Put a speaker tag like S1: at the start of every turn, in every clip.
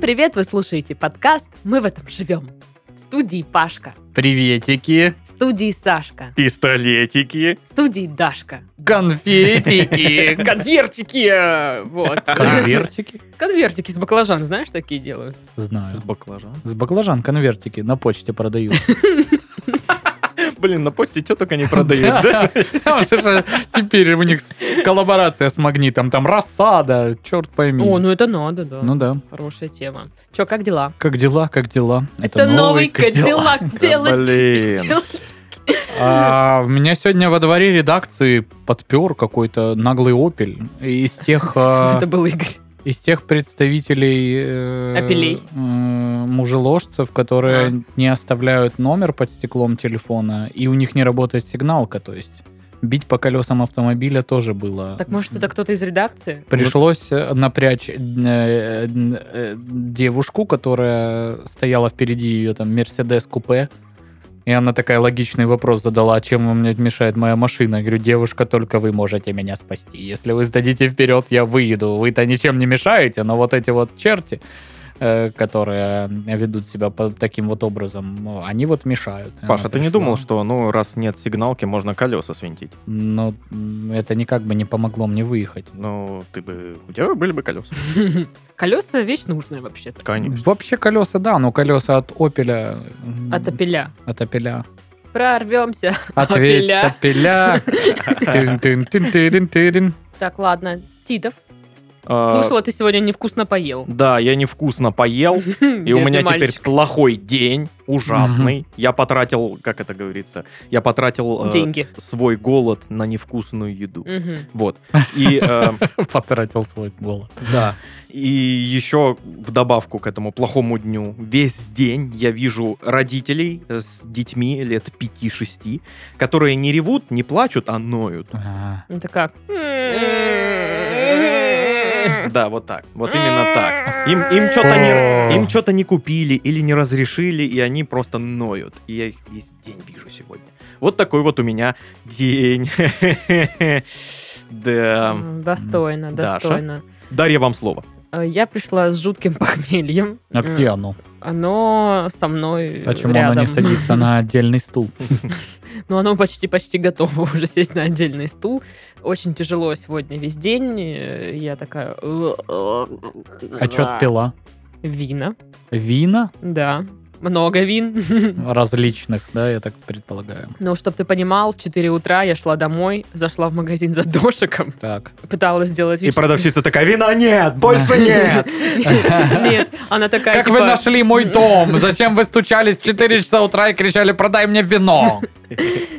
S1: привет! Вы слушаете подкаст «Мы в этом живем». В студии Пашка,
S2: Приветики,
S1: в студии Сашка,
S3: Пистолетики.
S1: в студии Дашка.
S2: конфетики.
S1: Конвертики! э, Вот.
S2: Конвертики?
S1: Конвертики из баклажан, знаешь, такие делают?
S2: Знаю.
S3: С баклажан.
S2: С баклажан конвертики на почте продают.
S3: Блин, на почте что только не продают. да?
S2: Да. Там же ж Теперь у них с- коллаборация с магнитом. Там рассада, черт пойми.
S1: О, ну это надо, да.
S2: Ну да.
S1: Хорошая тема. Че, как дела?
S2: Как дела, как дела?
S1: Делать-
S3: Блин.
S1: делать.
S2: А, меня сегодня во дворе редакции подпер какой-то наглый опель из тех, а,
S1: Это был Игорь.
S2: из тех представителей э,
S1: Опелей.
S2: э, мужеложцев, которые не оставляют номер под стеклом телефона, и у них не работает сигналка, то есть бить по колесам автомобиля тоже было.
S1: Так может это кто-то из редакции?
S2: Пришлось э, напрячь э, э, э, девушку, которая стояла впереди ее там Мерседес купе. И она такая логичный вопрос задала, «А чем вам мне мешает моя машина? Я говорю, девушка, только вы можете меня спасти. Если вы сдадите вперед, я выеду. Вы-то ничем не мешаете, но вот эти вот черти, э, которые ведут себя по таким вот образом, ну, они вот мешают. И
S3: Паша,
S2: она
S3: ты не
S2: пришла.
S3: думал, что, ну, раз нет сигналки, можно колеса свинтить?
S2: Ну, м, это никак бы не помогло мне выехать.
S3: Ну, ты бы... У тебя были бы колеса.
S1: Колеса вещь нужная вообще-то.
S3: Конечно.
S2: Вообще колеса, да, но колеса от Опеля... м,
S1: От опеля.
S2: От Опеля.
S1: Прорвемся.
S2: Ответь,
S1: Опеля.
S2: Опеля. Тын-тын-тын-тырин-тырин.
S1: Так, ладно. Титов,
S3: А,
S1: слышала, ты сегодня невкусно поел.
S3: Да, я невкусно поел, и у меня теперь плохой день, ужасный. Я потратил, как это говорится, я потратил э,
S1: Деньги.
S3: свой голод на невкусную еду.
S2: А,
S1: Мгм.
S3: Вот. И э,
S2: Потратил свой голод.
S3: Да. И еще в добавку к этому плохому дню, весь день я вижу родителей с детьми лет 5-6, которые не ревут, не плачут, а ноют.
S2: А,
S1: Это как?
S3: Да, вот так. Вот именно так. Им, им что-то не, им чё-то не купили или не разрешили, и они просто ноют. И я их весь день вижу сегодня. Вот такой вот у меня день. Да.
S1: М, Достойно,
S3: Даша?
S1: достойно.
S3: Дарья, вам слово.
S1: Э, Я пришла с жутким похмельем.
S2: а где
S1: Э,
S2: оно?
S1: Оно со мной
S2: Почему
S1: рядом.
S2: оно не садится на отдельный стул?
S1: Ну, оно почти-почти готово уже сесть на отдельный стул. Очень тяжело сегодня весь день. Э, Я такая... А
S2: А что ты пила?
S1: Вина,
S2: Вина
S1: да. Много вин.
S2: Хм. различных, да, я так предполагаю.
S1: Ну, чтобы ты понимал, в 4 утра я шла домой, зашла в магазин за дошиком,
S2: Так.
S1: пыталась сделать
S3: И
S1: вид, что-
S3: продавщица такая, вина нет, больше нет.
S1: Нет, она такая,
S2: Как вы
S1: типа,
S2: нашли мой дом? Зачем вы стучались в 4 часа утра и кричали «продай мне вино»?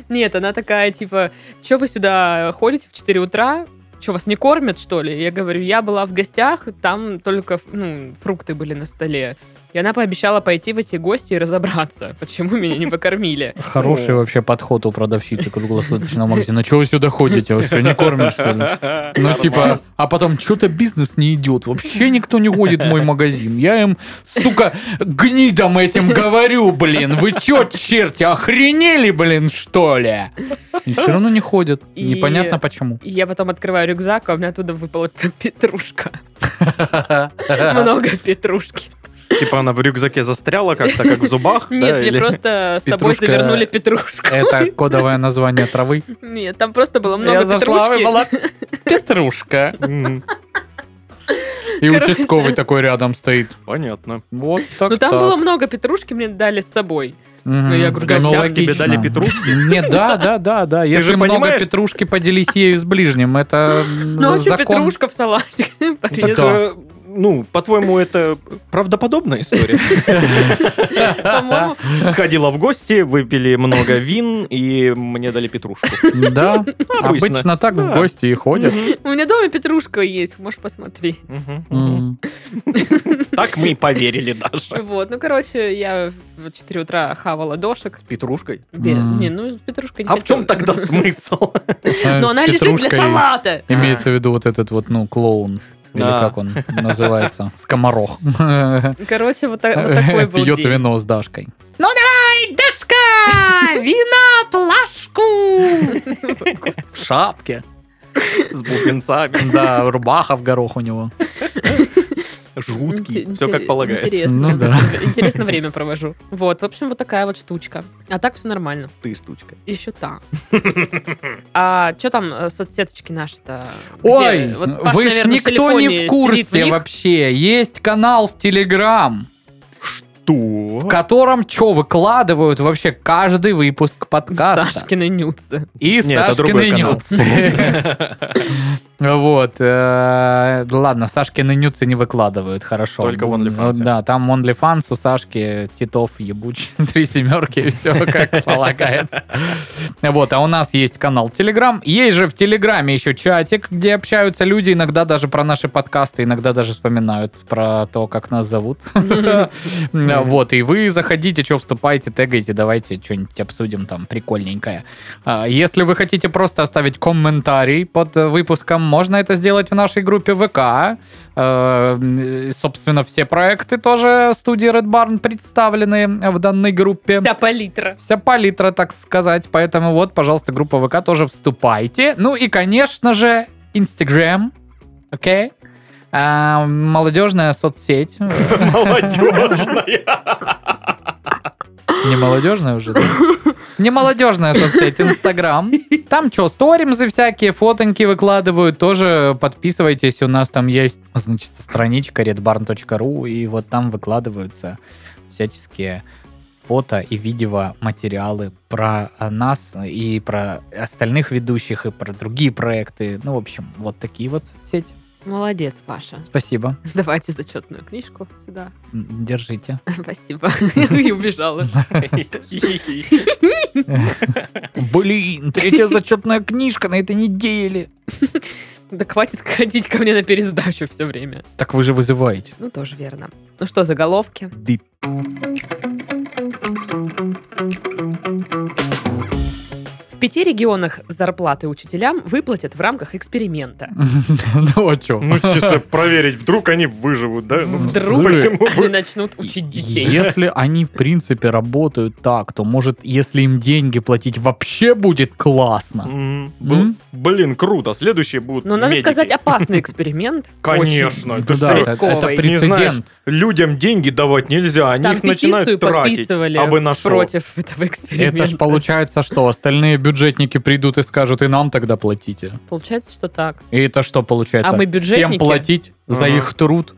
S1: Нет, она такая, типа, что вы сюда ходите в 4 утра? Что, вас не кормят, что ли? Я говорю, я была в гостях, там только ну, фрукты были на столе. И она пообещала пойти в эти гости и разобраться, почему меня не покормили. Э.
S2: Хороший вообще подход у продавщицы круглосуточного магазина. Чего вы сюда ходите? Вы что, не кормят, что ли? Ну, типа, а потом что-то бизнес не идет. Вообще никто не ходит в мой магазин. Я им, сука, гнидом этим говорю, блин. Вы чё, черти, охренели, блин, что ли? И все равно не ходят.
S1: И-
S2: Непонятно почему.
S1: И я потом открываю рюкзак, а у меня оттуда выпала петрушка. Много петрушки.
S3: Типа она в рюкзаке застряла как-то, как в зубах,
S1: Нет,
S3: да?
S1: мне
S3: или-
S1: просто с собой
S2: Петрушка-
S1: завернули петрушку.
S2: Это кодовое название травы.
S1: Нет, там просто было много
S2: Я зашла,
S1: петрушки.
S2: выпала петрушка.
S3: М,
S2: И
S1: Короче.
S2: участковый такой рядом стоит.
S3: Понятно.
S2: Вот так
S1: Ну там
S2: так.
S1: было много петрушки, мне дали с собой.
S2: Мгм.
S1: Ну, я говорю,
S2: Да, ну,
S1: гостям тебе
S2: логично.
S3: дали петрушки?
S2: Не, да, да, да, да. Если
S3: же
S2: много
S3: понимаешь?
S2: петрушки, поделись ею с ближним. Это м,
S1: Ну, а что
S2: закон.
S1: петрушка в салате?
S3: Ну,
S2: Да.
S3: так, э, Ну, по-твоему, это правдоподобная история?
S1: По-моему,
S3: Сходила в гости, выпили много вин, и мне дали петрушку.
S2: Да,
S3: Обычно.
S2: обычно так в
S3: Да.
S2: гости и ходят.
S1: у меня дома петрушка есть, можешь посмотреть.
S3: Мгм, мгм.
S2: М.
S3: Так мы и поверили даже.
S1: Вот, ну, короче, я в 4 утра хавала дошек.
S3: С петрушкой?
S1: Бе-
S2: М.
S1: Не, ну, петрушка не
S3: А в чем
S1: хотела.
S3: тогда смысл?
S2: Знаешь,
S1: Но
S2: с
S1: Ну, она лежит для
S2: петрушкой
S1: салата.
S2: Имеется в виду вот этот вот, ну, клоун. Или
S3: Да.
S2: как он называется? Скоморох.
S1: Короче, вот, та- вот такой был
S2: Пьет
S1: день.
S2: вино с Дашкой.
S1: Ай, Дашка! Вина, плашку!
S2: В шапке.
S3: С бубенцами.
S2: Да, рубаха в горох у него.
S3: жуткий.
S1: Инте-
S3: Все как
S1: интере-
S3: полагается.
S1: Интересно.
S2: Ну да.
S1: Интересно время провожу. Вот, в общем, вот такая вот штучка. А так все нормально.
S3: Ты штучка.
S1: Еще та. А что там э, соцсеточки наши-то? Где?
S2: Ой,
S1: Вот Паш,
S2: вы ж
S1: наверное, в
S2: никто не
S1: телефоне
S2: в
S1: сидит в
S2: курсе
S1: них.
S2: вообще. Есть канал в Телеграм, в
S3: Что?
S2: котором что выкладывают вообще каждый выпуск подкаста.
S1: Сашкины нюцы.
S2: И
S3: Нет, это другой
S2: Сашкины
S3: канал.
S2: нюцы. Вот. э, Ладно, Сашкины нюцы не выкладывают, хорошо.
S3: Только в OnlyFans.
S2: Ну Да, там OnlyFans у Сашки, Титов ебуч, три семерки, все как полагается. Вот, а у нас есть канал Телеграм. Есть же в Телеграме еще чатик, где общаются люди, иногда даже про наши подкасты, иногда даже вспоминают про то, как нас зовут. Вот, и вы заходите, что вступаете, тегайте, давайте что-нибудь обсудим там прикольненькое. А, Если вы хотите просто оставить комментарий под э, выпуском, можно это сделать в нашей группе ВК. Э, м, Собственно, все проекты тоже студии Red Barn представлены в данной группе.
S1: Вся палитра.
S2: Вся палитра, так сказать. Поэтому вот, пожалуйста, группа ВК тоже вступайте. Ну и, конечно же, Инстаграм. Окей? А, молодежная соцсеть.
S3: Молодежная.
S2: Не молодежная уже, да? Не молодежная соцсеть, Инстаграм. Там что, сторимзы всякие, фотоньки выкладывают. Тоже подписывайтесь, у нас там есть, значит, страничка redbarn.ru, и вот там выкладываются всяческие фото и видеоматериалы про э, нас и про остальных ведущих, и про другие проекты. Ну, в общем, вот такие вот соцсети.
S1: Молодец, Паша.
S2: Спасибо.
S1: Давайте зачетную книжку сюда.
S2: М, Держите.
S1: Спасибо. И убежала.
S2: Блин, третья зачетная книжка на этой неделе.
S1: Да хватит ходить ко мне на пересдачу все время.
S2: Так вы же вызываете.
S1: Ну, тоже верно. Ну что, заголовки?
S3: Дип.
S1: В пяти регионах зарплаты учителям выплатят в рамках эксперимента.
S2: Ну а чё?
S3: Ну, чисто проверить, вдруг они выживут, да? Ну,
S1: Вдруг
S3: почему бы?
S1: они начнут учить детей.
S2: Если они, в принципе, работают так, то, может, если им деньги платить, вообще будет классно.
S3: М, м-м. был-
S2: М?
S3: Блин, круто. Следующие будут
S1: Но Ну, надо
S3: медики.
S1: сказать, а опасный эксперимент.
S3: Конечно.
S2: Ну
S3: это
S2: да,
S3: что?
S2: это, это
S1: рисковый.
S3: Не знаешь,
S2: прецедент.
S3: Людям деньги давать нельзя, они
S1: Там
S3: их начинают
S1: петицию
S3: тратить.
S1: подписывали
S3: Абы на шо.
S1: против этого эксперимента.
S2: Это ж получается, что остальные бюджетники придут и скажут, и нам тогда платите.
S1: Получается, что так.
S2: И это что получается?
S1: А мы
S2: Всем
S1: бюджетники?
S2: платить за
S3: Ага.
S2: их труд?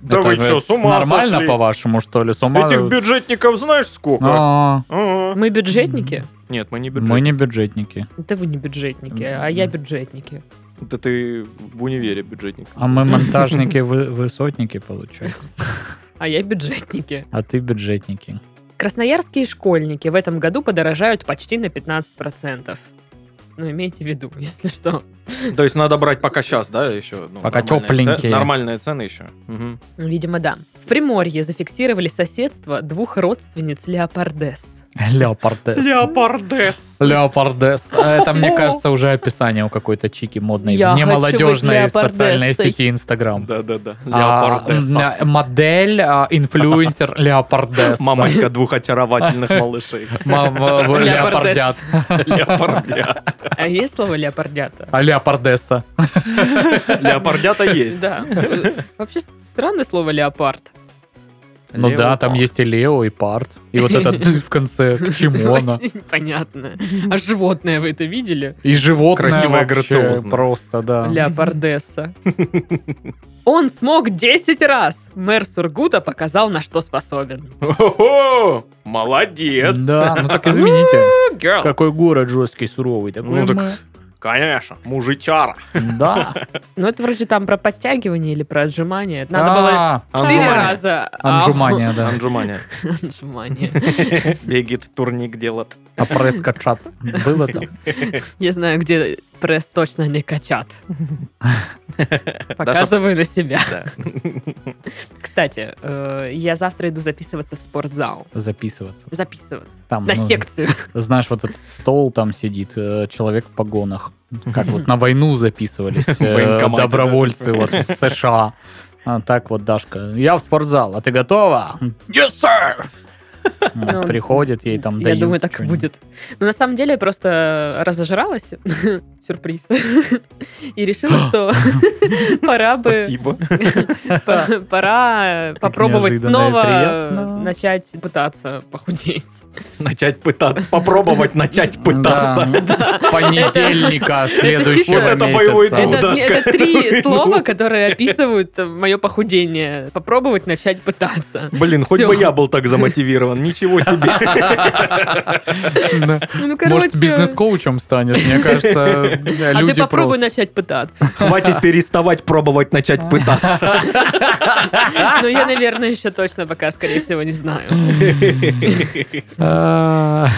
S3: Да
S2: Это
S3: вы
S2: же
S3: чё, с ума
S2: Нормально,
S3: сошли?
S2: по-вашему, что ли? С ума?
S3: Этих бюджетников знаешь сколько?
S2: А,
S3: Ага.
S1: Мы бюджетники?
S3: Нет, мы не
S2: Мы
S3: бюджетники.
S2: не бюджетники.
S1: Это вы не бюджетники, а я бюджетники.
S3: Да ты в универе бюджетник.
S2: А мы монтажники-высотники, получается.
S1: А я бюджетники.
S2: А ты бюджетники.
S1: Красноярские школьники в этом году подорожают почти на 15%. Ну, имейте в виду, если что.
S3: То есть надо брать пока сейчас, да, еще? ну,
S2: Пока
S3: нормальные
S2: тёпленькие.
S3: ц- Нормальные цены еще. Мгм.
S1: Ну, Видимо, да. В Приморье зафиксировали соседство двух родственниц леопардес.
S2: Леопардес.
S3: Леопардес.
S2: Леопардес. А Это, мне кажется, уже описание у какой-то чики модной,
S1: Я
S2: не
S1: хочу
S2: молодежной
S1: быть
S2: социальной
S1: леопардессой.
S2: сети Инстаграм.
S3: Да-да-да.
S2: А,
S3: Леопардеса.
S2: м, модель, а, инфлюенсер Леопардес.
S3: Мамочка двух очаровательных малышей.
S2: Мама
S1: Леопардес.
S2: леопардят.
S3: Леопардят.
S1: А есть слово леопардята?
S2: А леопардесса.
S3: Леопардята есть.
S1: Да. Вообще странное слово леопард.
S2: Ну да, там
S3: Леопард.
S2: есть и Лео, и Парт. И вот это «ты» в конце, к чему она?
S1: Понятно. А животное вы это видели?
S2: И животное
S3: Красиво и
S2: вообще
S3: грациозно.
S2: Просто, да.
S1: Леопардесса. Он смог 10 раз. Мэр Сургута показал, на что способен.
S3: О-хо! Молодец.
S2: Да, ну так извините.
S1: Э, girl.
S2: Какой город жесткий, суровый. Такой
S3: Ну так-
S2: мы.
S3: Конечно, мужичара.
S2: Да.
S1: Ну, это вроде там про подтягивание или про отжимание. Надо было
S2: А,
S1: четыре
S3: Анжумания.
S1: раза. а-
S2: Анжумания, да.
S3: Анжумания.
S1: Отжимание.
S3: Бегит, турник делает.
S2: А пресс-качат было там?
S1: Я знаю, где пресс точно не качат. Показываю на себя.
S3: Да.
S1: Кстати, э, я завтра иду записываться в спортзал.
S2: Записываться.
S1: Записываться.
S2: Там,
S1: На
S2: ну,
S1: секцию.
S2: Знаешь, вот этот стол там сидит, э, человек в погонах. Как вот на войну записывались э,
S3: В военкомате,
S2: добровольцы вот в США. А так вот, Дашка, я в спортзал, а ты готова? Yes, sir!
S1: Ну,
S2: Приходит, ей там
S1: Я
S2: дают
S1: думаю, так и
S2: что-нибудь.
S1: будет. Но на самом деле я просто разожралась. Сюрприз. И решила, что пора бы...
S3: Спасибо.
S1: по- Пора попробовать
S2: неожиданно и
S1: снова
S2: приятно.
S1: начать пытаться похудеть.
S3: Начать пытаться. Попробовать начать пытаться.
S2: Да. С понедельника следующего
S1: чисто- Вот
S3: это
S2: месяца.
S3: боевой Ну, дух,
S1: Это
S3: да,
S1: не- это
S3: скажи,
S1: три
S3: ну.
S1: слова, которые описывают мое похудение. Попробовать начать пытаться.
S3: Блин, хоть
S1: Всё.
S3: бы я был так замотивирован. Ничего себе.
S2: Да.
S1: Ну,
S2: Может,
S1: короче,
S2: бизнес-коучем станешь, мне кажется,
S1: А
S2: люди
S1: ты попробуй
S2: просто-
S1: начать пытаться.
S3: Хватит переставать пробовать
S2: А.
S3: начать пытаться.
S1: Но я, наверное, еще точно пока, скорее всего, не знаю.
S2: А,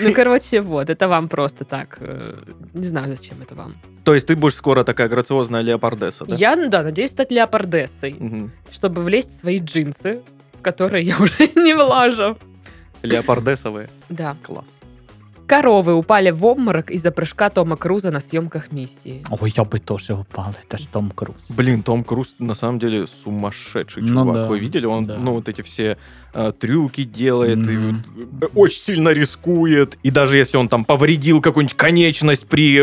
S1: Ну, короче, вот, это вам просто так. э, Не знаю, зачем это вам.
S3: То есть ты будешь скоро такая грациозная
S2: Ну
S3: леопардесса, да?
S1: Я, да, надеюсь стать леопардессой,
S3: Мгм.
S1: чтобы влезть в свои джинсы, в которые я уже не влажу.
S3: Леопардессовая.
S1: Да.
S3: Класс.
S1: Коровы упали в обморок из-за прыжка Тома Круза на съемках миссии.
S2: Ой, я бы тоже упал, это ж Том Круз.
S3: Блин, Том Круз на самом деле сумасшедший
S2: Ну
S3: чувак.
S2: да,
S3: Вы видели? Он,
S2: да.
S3: ну, вот эти все э, трюки делает, и
S2: Мгм.
S3: вот, э, очень сильно рискует. И даже если он там повредил какую-нибудь конечность при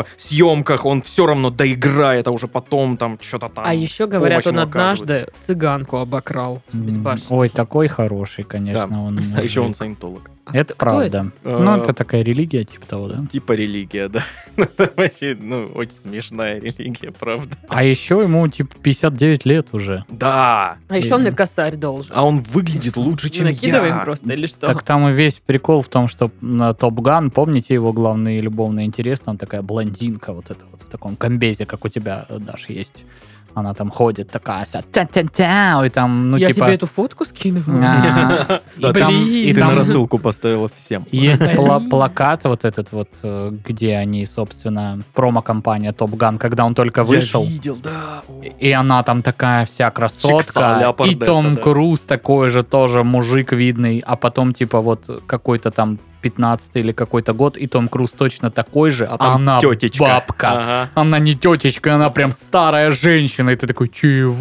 S3: э, съемках, он все равно доиграет, а уже потом там что-то там.
S1: А еще, говорят,
S3: помощь
S1: он
S3: ему оказывают.
S1: однажды цыганку обокрал. Беспашно.
S2: Ой, такой хороший, конечно, он.
S3: А еще он
S2: мужик.
S3: саентолог.
S1: А
S2: Это правда. Ну,
S3: Э,
S2: это такая религия, типа того, да?
S3: Типа религия, да. Ну, это вообще, ну, очень смешная религия, правда.
S2: А еще ему, типа, 59 лет уже.
S3: Да!
S1: А еще он мне косарь должен.
S3: А он выглядит лучше,
S1: Не
S3: чем
S1: накидываем
S3: я.
S1: просто или что?
S2: Так там и весь прикол в том, что на Топ Ган, помните его главный любовный интерес, там такая блондинка вот эта вот в таком комбезе, как у тебя, э, Даш, есть. Она там ходит такая вся тя-тя-тя, и там, ну,
S1: я
S2: типа...
S1: тебе эту фотку скинула.
S2: а,
S3: Да,
S2: И там- и
S3: ты на
S2: там-
S3: рассылку поставила всем.
S2: Есть
S1: Блин.
S2: пла- плакат вот этот вот, э, где они, собственно, промо-компания Топ Ган, когда он только вышел.
S3: Я видел, да. О.
S2: И она там такая вся
S3: Чикса,
S2: красотка. И
S3: леопардесса,
S2: Том
S3: да.
S2: Круз такой же тоже мужик видный. А потом, типа, вот какой-то там 15 или какой-то год, и Том Круз точно такой же, а,
S3: там
S2: она
S3: тетечка. А.
S2: бабка.
S3: Ага.
S2: Она не тетечка, она прям старая женщина. И ты такой,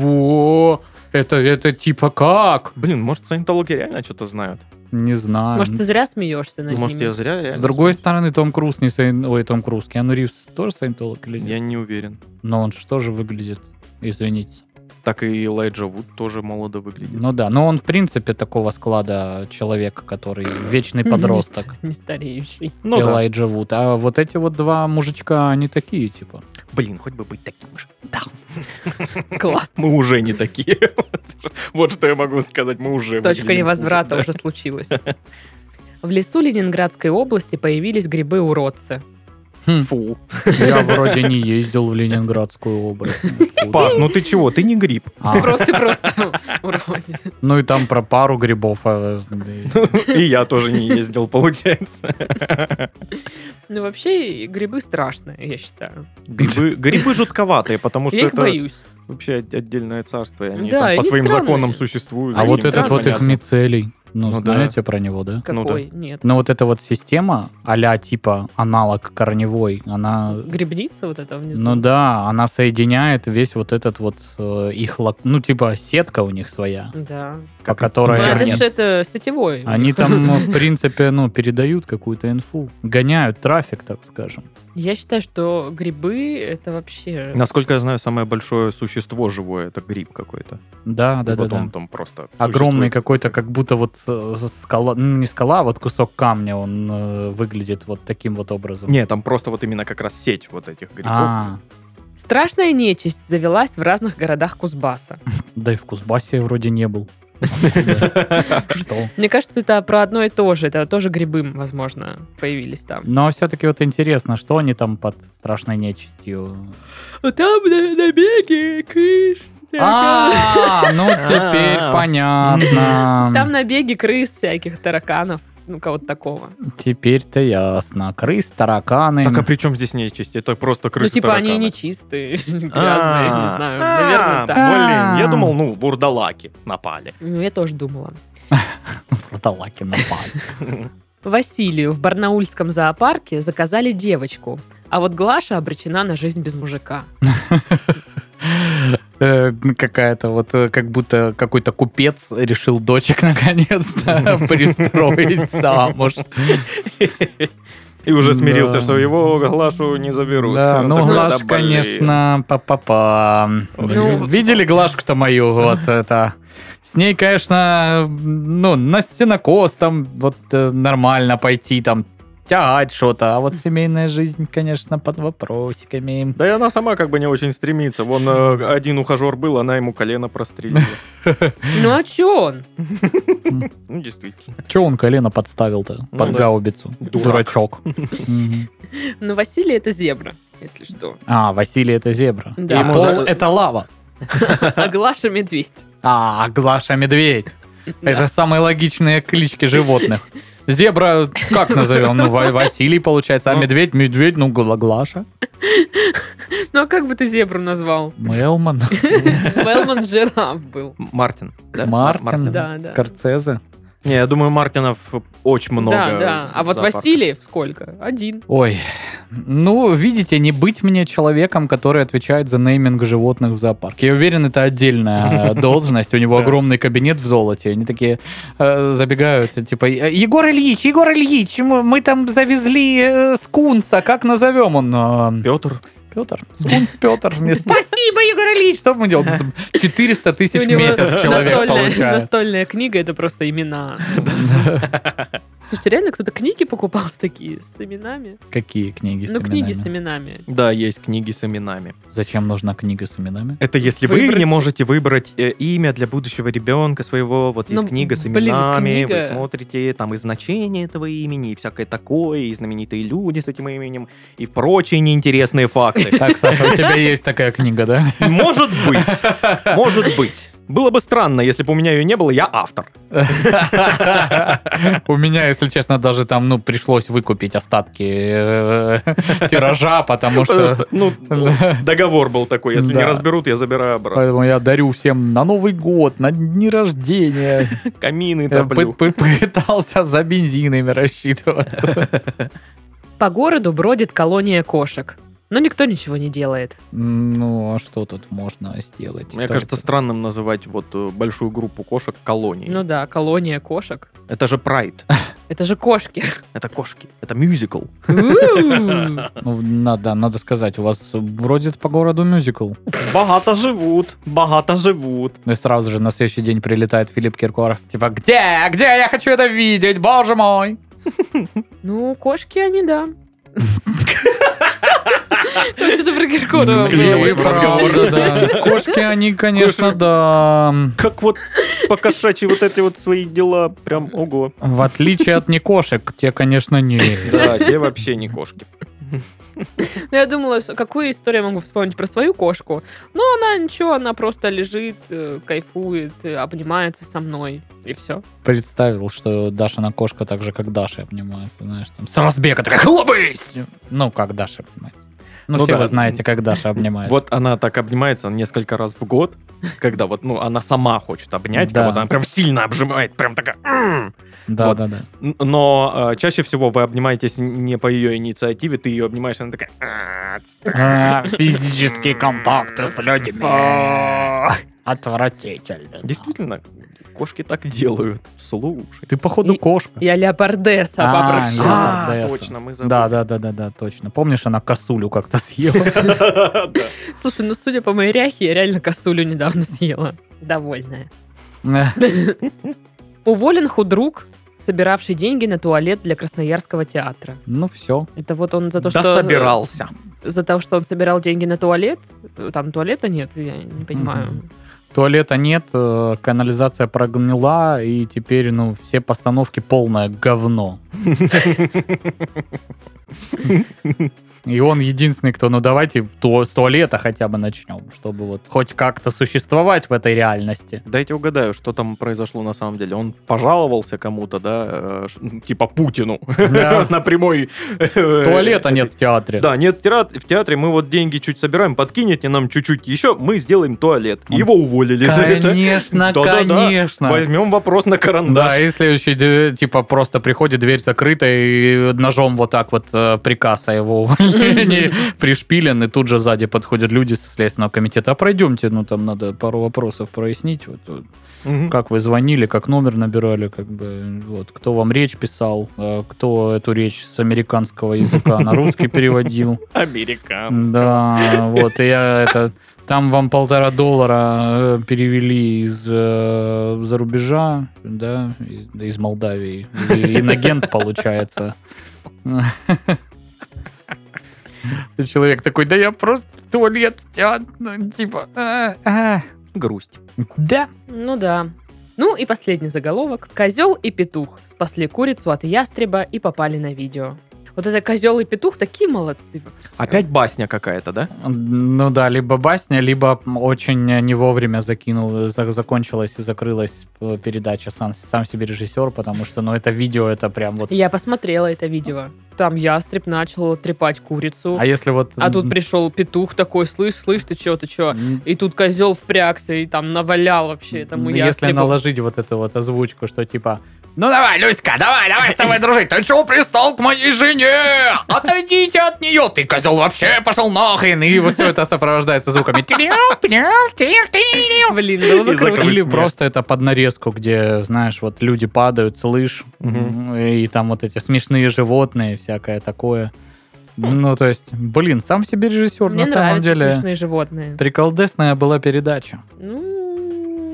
S2: чего? Это, это типа как?
S3: Блин, может, саентологи реально что-то знают?
S2: Не знаю.
S1: Может, ты зря смеешься над
S3: Ну, Может,
S1: ними?
S3: я зря реально
S2: С другой
S3: знаю?
S2: стороны, Том Круз не сайн... Ой, Том Круз, Киану Ривз тоже саентолог или нет?
S3: Я не уверен.
S2: Но он же тоже выглядит, извините.
S3: Так и Элайджа Вуд тоже молодо выглядит.
S2: Ну да, но он в принципе такого склада человека, который вечный подросток.
S1: Не стареющий.
S3: Ну да.
S2: Элайджа Вуд. А вот эти вот два мужичка, они такие, типа.
S3: Блин, хоть бы быть таким же.
S1: Класс.
S3: Мы уже не такие. Вот что я могу сказать, мы уже...
S1: Точка
S3: выглядим
S1: невозврата
S3: хуже,
S1: уже случилась. В лесу Ленинградской области появились грибы-уродцы.
S3: да. Фу.
S2: Я вроде не ездил в Ленинградскую область.
S3: Паш, ну ты чего? Ты не гриб.
S2: А,
S1: Просто-просто уродец.
S2: ну и там про пару грибов. а, да.
S3: И я тоже не ездил, получается.
S1: Ну, вообще, и грибы страшные, я считаю.
S3: Грибы, грибы жутковатые, потому что
S1: Я их
S3: это
S1: боюсь.
S3: вообще от- отдельное царство, и они
S1: Да,
S3: там по
S1: они
S3: своим
S1: странные.
S3: законам существуют.
S2: А
S1: Они
S2: вот
S3: Им
S2: этот
S1: странные.
S2: вот их
S3: понятно.
S2: мицелий. Ну,
S3: Ну да.
S2: знаете про него, да?
S3: Ну да.
S1: Какой? Нет.
S2: Ну вот эта вот система, а типа аналог корневой, она...
S1: Грибница вот эта внизу.
S2: Ну да, она соединяет весь вот этот вот э, их... лок- Ну типа сетка у них своя,
S1: Да.
S2: по
S1: Ну,
S2: которой...
S1: Это
S2: они-
S1: же это сетевой.
S2: Они там, в принципе, ну, передают какую-то инфу, гоняют трафик, так скажем.
S1: Я считаю, что грибы это вообще...
S3: Насколько я знаю, самое большое существо живое это гриб какой-то.
S2: Да, да,
S3: И
S2: да,
S3: потом
S2: да.
S3: там просто
S2: Огромный
S3: существует.
S2: какой-то, как будто вот э, скала, ну не скала, а вот кусок камня, он э, выглядит вот таким вот образом.
S3: Не, там просто вот именно как раз сеть вот этих грибов.
S2: А,
S1: Страшная нечисть завелась в разных городах Кузбасса.
S2: да и в Кузбассе я вроде не был. Да. Что?
S1: Мне кажется, это про одно и то же. Это тоже грибы, возможно, появились там.
S2: Но все-таки вот интересно, что они там под страшной нечистью?
S1: А там на, на беге крыс.
S2: А, ну теперь
S1: Там
S3: А.
S2: понятно.
S1: на беге крыс всяких, тараканов, ну кого-то такого.
S2: Теперь-то ясно. Крыс, тараканы.
S3: Так а при чем здесь нечисть? Это просто
S1: Ну
S3: крысы
S1: типа они
S3: тараканы.
S1: нечистые, грязные,
S3: А.
S1: не знаю,
S3: А,
S1: наверное, так.
S3: Блин, я
S2: А.
S3: думал, ну, вурдалаки напали.
S1: Ну, я тоже думала.
S2: а Вурдалаки напали.
S1: Василию в Барнаульском зоопарке заказали девочку, а вот Глаша обречена на жизнь без мужика.
S2: Э, Какая-то вот, э, как будто какой-то купец решил дочек наконец-то пристроить замуж.
S3: И уже смирился,
S2: Да.
S3: что его Глашу не заберут.
S2: Да, ну
S3: такой,
S2: Глаш,
S3: да, блин.
S2: конечно, па-па-па.
S1: Ну,
S2: Видели Глашку-то мою? Вот это. С ней, конечно, ну, на стенокос там вот э, нормально пойти там тягать что-то, а вот семейная жизнь, конечно, под вопросиками.
S3: Да и она сама как бы не очень стремится. Вон э, один ухажер был, она ему колено прострелила.
S1: Ну а че он?
S3: Ну, действительно.
S2: Че он колено подставил-то
S3: Ну
S2: под
S3: да.
S2: гаубицу?
S3: Дурак.
S2: Дурачок. Мгм.
S1: Ну, Василий это зебра, если что.
S2: А, Василий это зебра.
S1: Да.
S2: А
S3: Ему
S2: Пол
S3: за-
S2: это лава.
S1: А Глаша медведь.
S2: А, Глаша медведь. Это самые логичные клички животных. Зебра, как назовем? Ну, Ва- Василий, получается. А
S3: Ну.
S2: медведь, медведь, ну, Гла- Глаша,
S1: Ну а как бы ты зебру назвал?
S2: Мелман,
S1: Белман жираф был.
S3: Мартин. да?
S2: Мартин,
S1: Да, да.
S2: Скорцезе.
S3: Не, я думаю, Мартинов очень много.
S1: Да, да. А
S3: в
S1: вот
S3: зоопарке.
S1: Васильев сколько? Один.
S2: Ой, ну, видите, не быть мне человеком, который отвечает за нейминг животных в зоопарке. Я уверен, это отдельная э, должность. У него
S3: Да.
S2: огромный кабинет в золоте. Они такие э, забегают, типа, «Э, Егор Ильич, Егор Ильич, мы мы там завезли э, скунса, как назовем он? э,
S3: Петр.
S2: Петр. Скунс Петр. Не спасибо, Егор Ильич. Что бы мы делали? 400 тысяч
S1: И
S2: в месяц человек
S1: настольная,
S2: получает.
S1: настольная книга, это просто имена. Слушайте, реально кто-то книги покупал с такие, с именами?
S2: Какие книги с
S1: Ну, книги с
S2: именами?
S1: именами.
S3: Да, есть книги с именами.
S2: Зачем нужна книга с именами?
S3: Это если
S1: Выбрать.
S3: вы не можете выбрать э, имя для будущего ребенка своего, вот есть
S1: Ну,
S3: книга с
S1: блин,
S3: именами,
S1: книга.
S3: вы смотрите, там и значение этого имени, и всякое такое, и знаменитые люди с этим именем, и прочие неинтересные факты.
S2: Так, Саша, у тебя есть такая книга, да?
S3: Может быть, может быть. Было бы странно, если бы у меня ее не было, я автор.
S2: У меня, если честно, даже там, ну, пришлось выкупить остатки э, тиража, потому что...
S3: Ну,
S2: Да.
S3: договор был такой, если не
S2: Да.
S3: разберут, я забираю обратно.
S2: Поэтому я дарю всем на Новый год, на дни рождения.
S3: Камины
S2: Я
S3: топлю.
S2: пы- пы- Пытался за бензинами рассчитываться.
S1: По городу бродит колония кошек. Но никто ничего не делает.
S2: Ну, а что тут можно сделать?
S3: Мне
S2: Только-
S3: кажется странным называть вот э, большую группу кошек колонией.
S1: Ну да, колония кошек.
S3: Это же прайд,
S1: Это же кошки.
S3: это кошки, это мюзикл.
S1: У-у-у.
S2: Ну, надо, надо сказать, у вас бродит по городу мюзикл.
S3: Богато живут, богато живут.
S2: Ну и сразу же на следующий день прилетает Филипп Киркоров. Типа, где? Где? Я хочу это видеть, боже мой!
S1: Ну, кошки они, да. Там что-то про Киркорова
S3: Вклеилось
S2: И
S3: в
S1: было.
S3: разговор.
S2: правда, да. Кошки, они, конечно, да.
S3: Как вот покошачьи вот эти вот свои дела, прям ого.
S2: В отличие от не кошек, те, конечно, не.
S3: Да, те вообще не кошки.
S1: Ну, я думала, что какую историю я могу вспомнить про свою кошку. Но она ничего, она просто лежит, э, кайфует, э, обнимается со мной. И все.
S2: Представил, что Даша на кошка так же, как Даша, обнимается, знаешь, там, с разбега такая, хлопайсь! Ну, как Даша обнимается. Ну,
S3: Ну
S2: все
S3: да.
S2: вы знаете, как Даша обнимается.
S3: Вот она так обнимается несколько раз в год, когда вот, ну, она сама хочет обнять
S2: Да.
S3: кого-то, она прям сильно обжимает, прям такая... «М».
S2: да,
S3: вот.
S2: да, да.
S3: Н- Но э, чаще всего вы обнимаетесь не по ее инициативе, ты ее обнимаешь, она такая... «А, отстань».
S2: А, Физические контакты с людьми. Отвратительно.
S3: Действительно, кошки так и делают. Слушай.
S2: Ты, походу,
S1: И-
S2: кошка.
S1: Я леопардесса
S2: А,
S1: попрошу.
S2: леопардесса.
S3: А,
S2: да,
S3: точно, мы забыли.
S2: Да, да, да, да, да, точно. Помнишь, она косулю как-то съела?
S3: да.
S1: Слушай, ну, судя по моей ряхе, я реально косулю недавно съела. Довольная.
S2: Ну,
S1: Уволен худрук, собиравший деньги на туалет для Красноярского театра.
S2: Ну, все.
S1: Это вот он за то,
S3: Да
S1: что...
S3: собирался.
S1: За то, что он собирал деньги на туалет. Э, Там туалета нет, я не понимаю.
S2: Мгм. Туалета нет, э, канализация прогнила, и теперь, ну, все постановки полное говно. И он единственный, кто, ну, давайте ту- с туалета хотя бы начнем, чтобы вот хоть как-то существовать в этой реальности.
S3: Дайте угадаю, что там произошло на самом деле. Он пожаловался кому-то, да, э, ш- ну, типа Путину
S2: Да.
S3: на прямой... э,
S2: Туалета
S3: этой-
S2: нет в театре.
S3: Да, нет театра- в театре, мы вот деньги чуть собираем, подкинете нам чуть-чуть еще, мы сделаем туалет.
S2: Он-
S3: Его уволили за это.
S2: Конечно,
S3: Да-да-да. Возьмем вопрос
S2: Да,
S3: на карандаш.
S2: и следующий, де- типа, просто приходит, дверь закрыта, и ножом вот так вот э, э, приказ о его увольнении пришпилен, и тут же сзади подходят люди со Следственного комитета. А пройдемте, ну там надо пару вопросов прояснить. Вот, вот,
S3: Мгм.
S2: как вы звонили, как номер набирали, как бы, вот, кто вам речь писал, э, кто эту речь с американского языка на русский переводил.
S3: Американцы.
S2: Да, вот, и я это... Там вам полтора доллара э, перевели из э, за рубежа, да, и- да, из Молдавии. И- Инагент получается. И Человек такой, да я просто в туалет, я, ну, типа, а, а».
S3: Грусть.
S2: да.
S1: Ну да. Ну и последний заголовок. Козел и петух спасли курицу от ястреба и попали на видео. Вот это козел и петух такие молодцы. вообще.
S3: Опять басня какая-то, да?
S2: Ну да, либо басня, либо очень не вовремя закинул, за- закончилась и закрылась э, передача сам, сам себе режиссер, потому что, ну, это видео, это прям вот...
S1: Я посмотрела это видео. Там ястреб начал трепать курицу.
S2: А если вот...
S1: А тут пришел петух такой, слышь, слышь, ты чё, ты чё?
S2: м,
S1: И тут козел впрягся и там навалял вообще этому
S2: ну, если
S1: ястребу.
S2: наложить вот эту вот озвучку, что типа «Ну давай, Люська, давай, давай с тобой дружить! Ты чего пристал к моей жене? Отойдите от нее! Ты, козел, вообще пошел нахрен!» И все это сопровождается звуками
S1: Блин, было бы
S3: И
S1: круто.
S3: закрыл.
S2: Или
S3: смех.
S2: просто это под нарезку, где, знаешь, вот люди падают, слышь,
S3: Мгм.
S2: и там вот эти смешные животные, всякое такое. Ну, то есть, блин, сам себе режиссер,
S1: Мне
S2: на самом
S1: нравятся
S2: деле.
S1: смешные животные.
S2: Приколдесная была передача.
S1: Ну,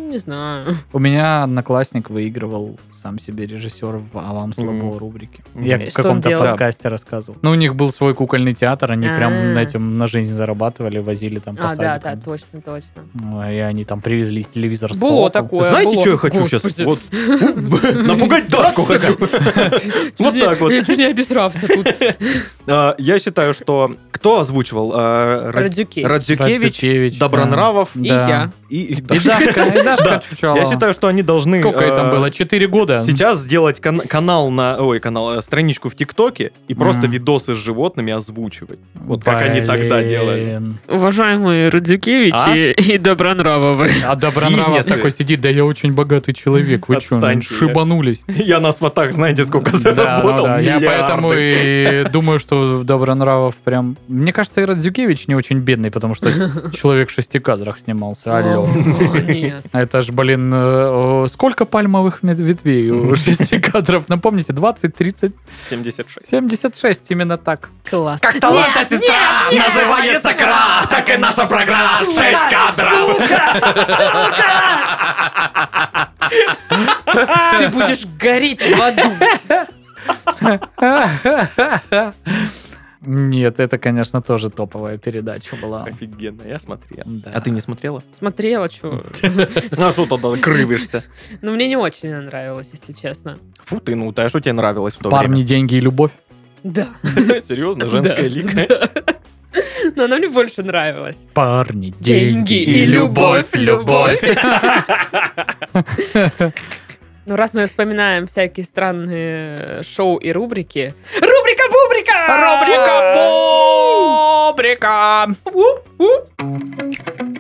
S1: не знаю.
S2: У меня одноклассник выигрывал сам себе режиссер в «А вам слабо»
S3: Мгм.
S2: рубрике.
S3: Мгм.
S2: Я
S1: И
S2: в
S1: что он
S2: каком-то
S1: делал?
S2: подкасте рассказывал. Ну, у них был свой кукольный театр, они прям
S1: А.
S2: этим на жизнь зарабатывали, возили там по
S1: А, да, да,
S2: садикам.
S1: точно, точно.
S2: Ну, И они там привезли телевизор с
S1: Было
S2: соком.
S1: такое.
S3: Знаете,
S1: было.
S3: что я хочу сейчас?
S1: Господи.
S3: Вот напугать Дашку хочу. Вот
S1: Чуть не-
S3: так вот.
S1: Я чуть не обесрався тут.
S3: А, Я считаю, что кто озвучивал? А, Рад-
S1: Радзюки.
S3: Радзюкевич,
S2: Радзюкевич,
S3: Добронравов
S1: И
S2: Да.
S1: я.
S3: и и
S2: И
S3: Дашка.
S2: Дашка, и
S3: Да.
S2: Дашка Чучалова.
S3: Я считаю, что они должны...
S2: Сколько ей там
S3: а,
S2: было? Четыре года?
S3: Сейчас сделать кан- канал на... Ой, канал, а, страничку в ТикТоке и просто
S2: Мгм.
S3: видосы с животными озвучивать. вот как они тогда делали.
S2: Блин.
S1: Уважаемые Радзюкевич
S3: А?
S1: и Добронравовы.
S2: А Добронравов
S3: Бизнесы.
S2: такой сидит, да я очень богатый человек, вы что,
S3: Отстаньте, я-
S2: шибанулись?
S3: Я на сватах, знаете, сколько
S2: Да, ну
S3: заработал?
S2: да, Я
S3: Миллиарды.
S2: поэтому и думаю, что Добронравов прям... Мне кажется, и Радзюкевич не очень бедный, потому что человек в шести кадрах снимался. Алло.
S1: О, Нет.
S2: Это ж, блин, э, э, сколько пальмовых мед- ветвей у шести кадров? Напомните, 20, 30,
S3: 76.
S2: 76, именно так.
S1: Класс.
S2: таланта
S1: сестра
S2: называется кра, так и наша программа
S1: «Шесть
S2: кадров.
S1: Ты будешь гореть в аду.
S2: Нет, это, конечно, тоже топовая передача была.
S3: Офигенно, я смотрел.
S2: Да.
S3: А ты не смотрела?
S1: Смотрела, что?
S3: На что тогда крывишься?
S1: Ну, мне не очень она нравилась, если честно.
S3: Фу ты, ну, ты, а что тебе нравилось в то
S2: Парни, деньги и любовь.
S1: Да.
S3: время? Серьезно, женская
S1: Да,
S3: лига?
S1: да. Но она мне больше нравилась.
S2: Парни,
S1: Деньги и любовь, любовь. Ну, раз мы вспоминаем всякие странные шоу и рубрики... Рубрика-бубрика!
S2: Рубрика Бобрика.
S1: Уп-уп.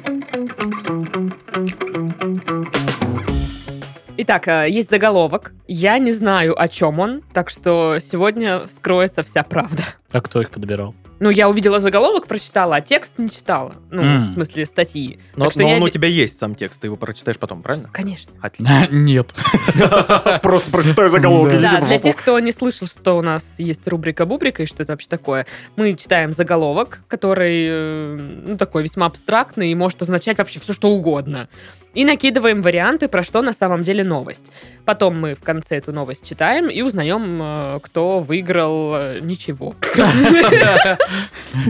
S1: Итак, э, есть заголовок. Я не знаю, о чем он, так что сегодня вскроется вся правда.
S2: А кто их подбирал?
S1: Ну, я увидела заголовок, прочитала, а текст не читала. Ну,
S2: М.
S1: в смысле, статьи.
S3: Но
S1: Так что
S3: но
S1: я
S3: Ну, он у
S1: не-
S3: тебя есть сам текст, ты его прочитаешь потом, правильно?
S1: Конечно.
S3: Отлично.
S2: Нет.
S3: Просто прочитаю
S2: заголовок,
S3: заголовки.
S2: идите
S1: Да, для тех, кто не слышал, что у нас есть рубрика Бубрика и что это вообще такое, мы читаем заголовок, который э, ну, такой весьма абстрактный и может означать вообще все, что угодно. И накидываем варианты, про что на самом деле новость. Потом мы в конце эту новость читаем и узнаем, э, кто выиграл э, ничего. Э,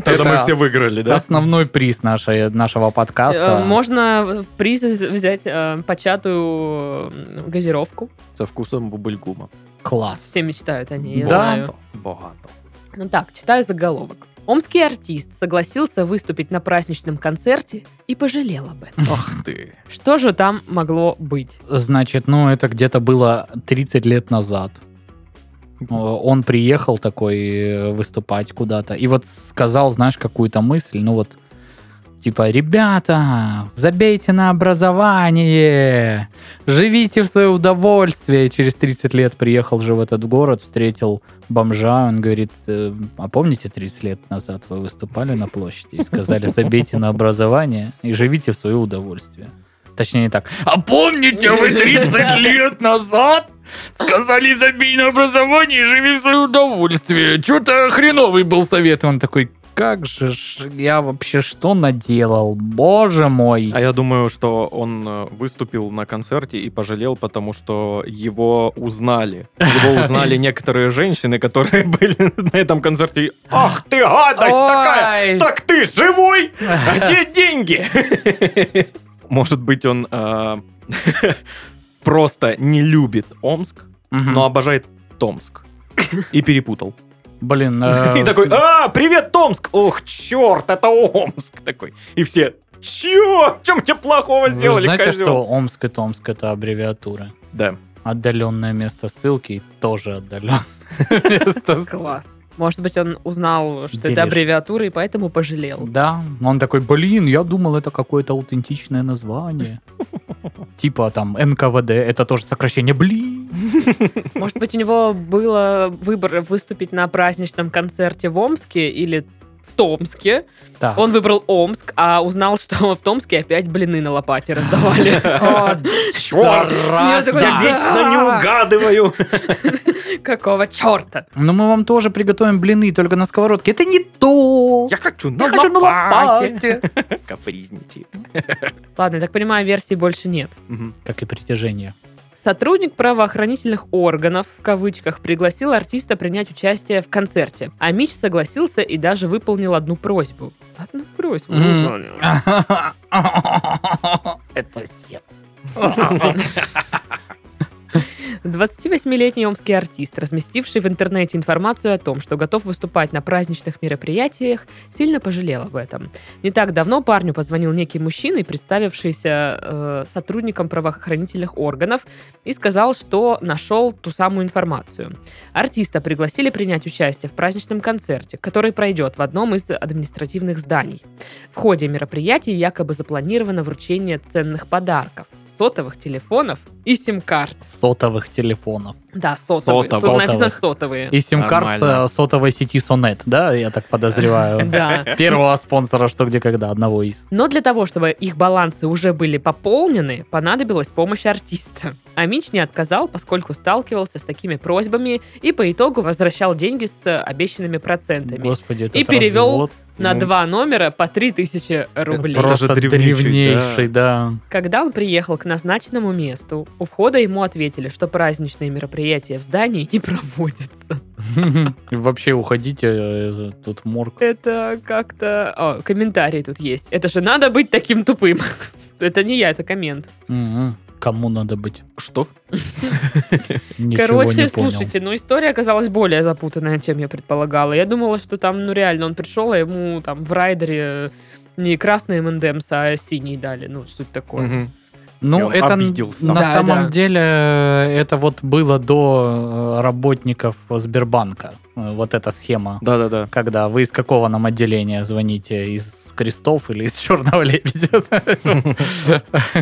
S3: Тогда мы
S2: Это
S3: все выиграли, да?
S2: Основной приз нашей- нашего
S1: Э,
S2: подкаста.
S1: Можно в приз из- взять э, початую м, газировку.
S3: Со вкусом бубльгума.
S2: Класс.
S1: Все мечтают о ней, я
S2: Да.
S1: знаю.
S3: Богато.
S1: Ну так, читаю заголовок. Омский артист согласился выступить на праздничном концерте и пожалел об этом.
S3: Ах ты.
S1: Что же там могло быть?
S2: Значит, ну это где-то было 30 лет назад. Э, Он приехал такой э, выступать куда-то и вот сказал, знаешь, какую-то мысль, ну вот Типа, ребята, забейте на образование, живите в свое удовольствие. Через 30 лет приехал же в этот город, встретил бомжа, он говорит, «Э, а помните 30 лет назад вы выступали на площади и сказали, забейте на образование и живите в свое удовольствие. Точнее, не так. А помните вы 30 лет назад сказали, забей на образование и живи в свое удовольствие. Что-то хреновый был совет. И он такой, как же ж я вообще что наделал? Боже мой.
S3: А я думаю, что он э, выступил на концерте и пожалел, потому что его узнали. Его узнали некоторые женщины, которые были на этом концерте. И, Ах ты гадость А, такая!
S1: Ой.
S3: Так ты живой? А Где деньги? Может быть, он э, просто не любит Омск,
S2: Мгм.
S3: но обожает Томск. И перепутал.
S2: Блин. э,
S3: И такой, а, привет, Томск! Ох, черт, это Омск такой. И все, чё? В чем тебе плохого
S2: вы же
S3: сделали,
S2: знаете,
S3: козёл?»
S2: что Омск и Томск это аббревиатура?
S3: Да.
S2: Отдаленное место ссылки и тоже отдаленное место ссылки.
S1: Класс. Может быть, он узнал, что это
S2: Делишь.
S1: аббревиатура, и поэтому пожалел.
S2: Да, он такой, блин, я думал, это какое-то аутентичное название. Типа там НКВД, это тоже сокращение, блин.
S1: Может быть, у него было выбор выступить на праздничном концерте в Омске или в Томске.
S2: Так.
S1: Он выбрал Омск, а узнал, что в Томске опять блины на лопате раздавали.
S2: А,
S3: Чёрт!
S2: зараза.
S1: такой,
S3: Я
S1: Да.
S3: вечно не угадываю.
S1: Какого черта?
S2: Ну мы вам тоже приготовим блины, только на сковородке. Это не то.
S3: Я хочу на
S2: хочу на
S3: лопате.
S2: лопате.
S3: Капризничает.
S1: Ладно, я так понимаю, версий больше нет.
S3: Мгм.
S2: Как и притяжение.
S1: Сотрудник правоохранительных органов, в кавычках, пригласил артиста принять участие в концерте. А Мич согласился и даже выполнил одну просьбу. Одну просьбу?
S2: М.
S1: выполнил.
S2: Это секс.
S1: 28-летний омский артист, разместивший в интернете информацию о том, что готов выступать на праздничных мероприятиях, сильно пожалел об этом. Не так давно парню позвонил некий мужчина, представившийся э, сотрудником правоохранительных органов, и сказал, что нашел ту самую информацию. Артиста пригласили принять участие в праздничном концерте, который пройдет в одном из административных зданий. В ходе мероприятия якобы запланировано вручение ценных подарков, сотовых телефонов и сим-карт.
S2: Сотовых телефонов.
S1: Да, сотовые.
S3: Сотовых.
S1: Тут написано
S2: Сотовых.
S1: сотовые.
S2: И сим-карт
S3: Нормально.
S2: э, сотовой сети Сонет, да, я так подозреваю.
S1: Да.
S2: Первого спонсора «Что, где, когда» одного из.
S1: Но для того, чтобы их балансы уже были пополнены, понадобилась помощь артиста. Амич не отказал, поскольку сталкивался с такими просьбами и по итогу возвращал деньги с э, обещанными процентами.
S2: Господи, этот
S1: И перевел
S2: развод.
S1: На
S3: Ну.
S1: два номера по 3000 рублей.
S3: Это
S2: Просто
S3: же древнючий,
S2: древнейший, да.
S1: Когда он приехал к назначенному месту, у входа ему ответили, что праздничные мероприятия в здании не проводятся.
S2: И Вообще уходите, э, тут морг.
S1: Это как-то... О, комментарий тут есть. Это же надо быть таким тупым. Это не я, это коммент.
S2: Мгм. М-м. Кому надо быть?
S3: Что?
S2: Ничего
S1: Короче,
S2: не понял.
S1: слушайте, ну история оказалась более запутанная, чем я предполагала. Я думала, что там, ну реально, он пришел, а ему там в райдере э, не красный МНДМС, а синий дали. Ну, суть такое.
S3: Мгм. И
S2: Ну,
S3: он
S2: это н-
S3: обиделся.
S2: на
S1: Да,
S2: самом
S1: да.
S2: деле, э, это вот было до э, работников Сбербанка, э, вот эта схема.
S3: Да-да-да.
S2: Когда вы из какого нам отделения звоните? Из крестов или из черного лебедя?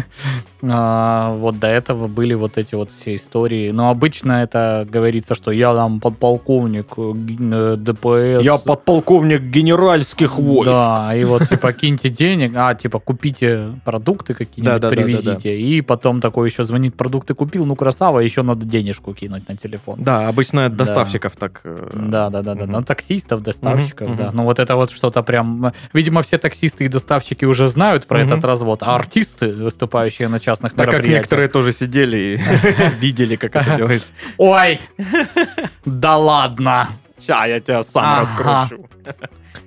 S2: А, Вот до этого были вот эти вот все истории. Но обычно это говорится, что я там подполковник э, г- э, ДПС.
S3: Я подполковник генеральских войск.
S2: Да, и вот типа киньте денег, а типа купите продукты какие-нибудь,
S3: Да-да-да-да-да.
S2: привезите. И потом такой еще звонит, продукты купил, ну красава, еще надо денежку кинуть на телефон.
S3: Да, обычно от
S2: Да.
S3: доставщиков так. э,
S2: Да, да, да, да.
S3: Мгм.
S2: Ну, таксистов, доставщиков,
S3: Мгм,
S2: да.
S3: мгм.
S2: Ну, вот это вот что-то прям. Видимо, все таксисты и доставщики уже знают про
S3: Мгм.
S2: этот развод, а артисты, выступающие на частных
S3: Так как
S2: мероприятиях.
S3: некоторые тоже сидели и видели, как это делается.
S2: Ой! Да ладно!
S3: Ща, а я тебя сам
S2: Ага.
S3: раскручу.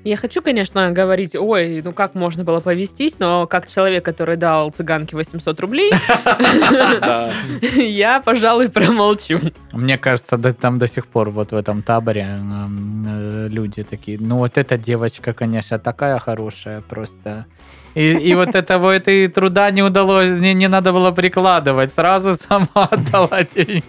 S1: Я хочу, конечно, говорить, ой, ну как можно было повестись, но как человек, который дал цыганке 800 рублей,
S3: Да.
S1: я, пожалуй, промолчу.
S2: Мне кажется, да, там до сих пор вот в этом таборе эм, э, люди такие, ну вот эта девочка, конечно, такая хорошая просто. И, и вот этого, это и труда не удалось, не, не надо было прикладывать, сразу сама отдала деньги.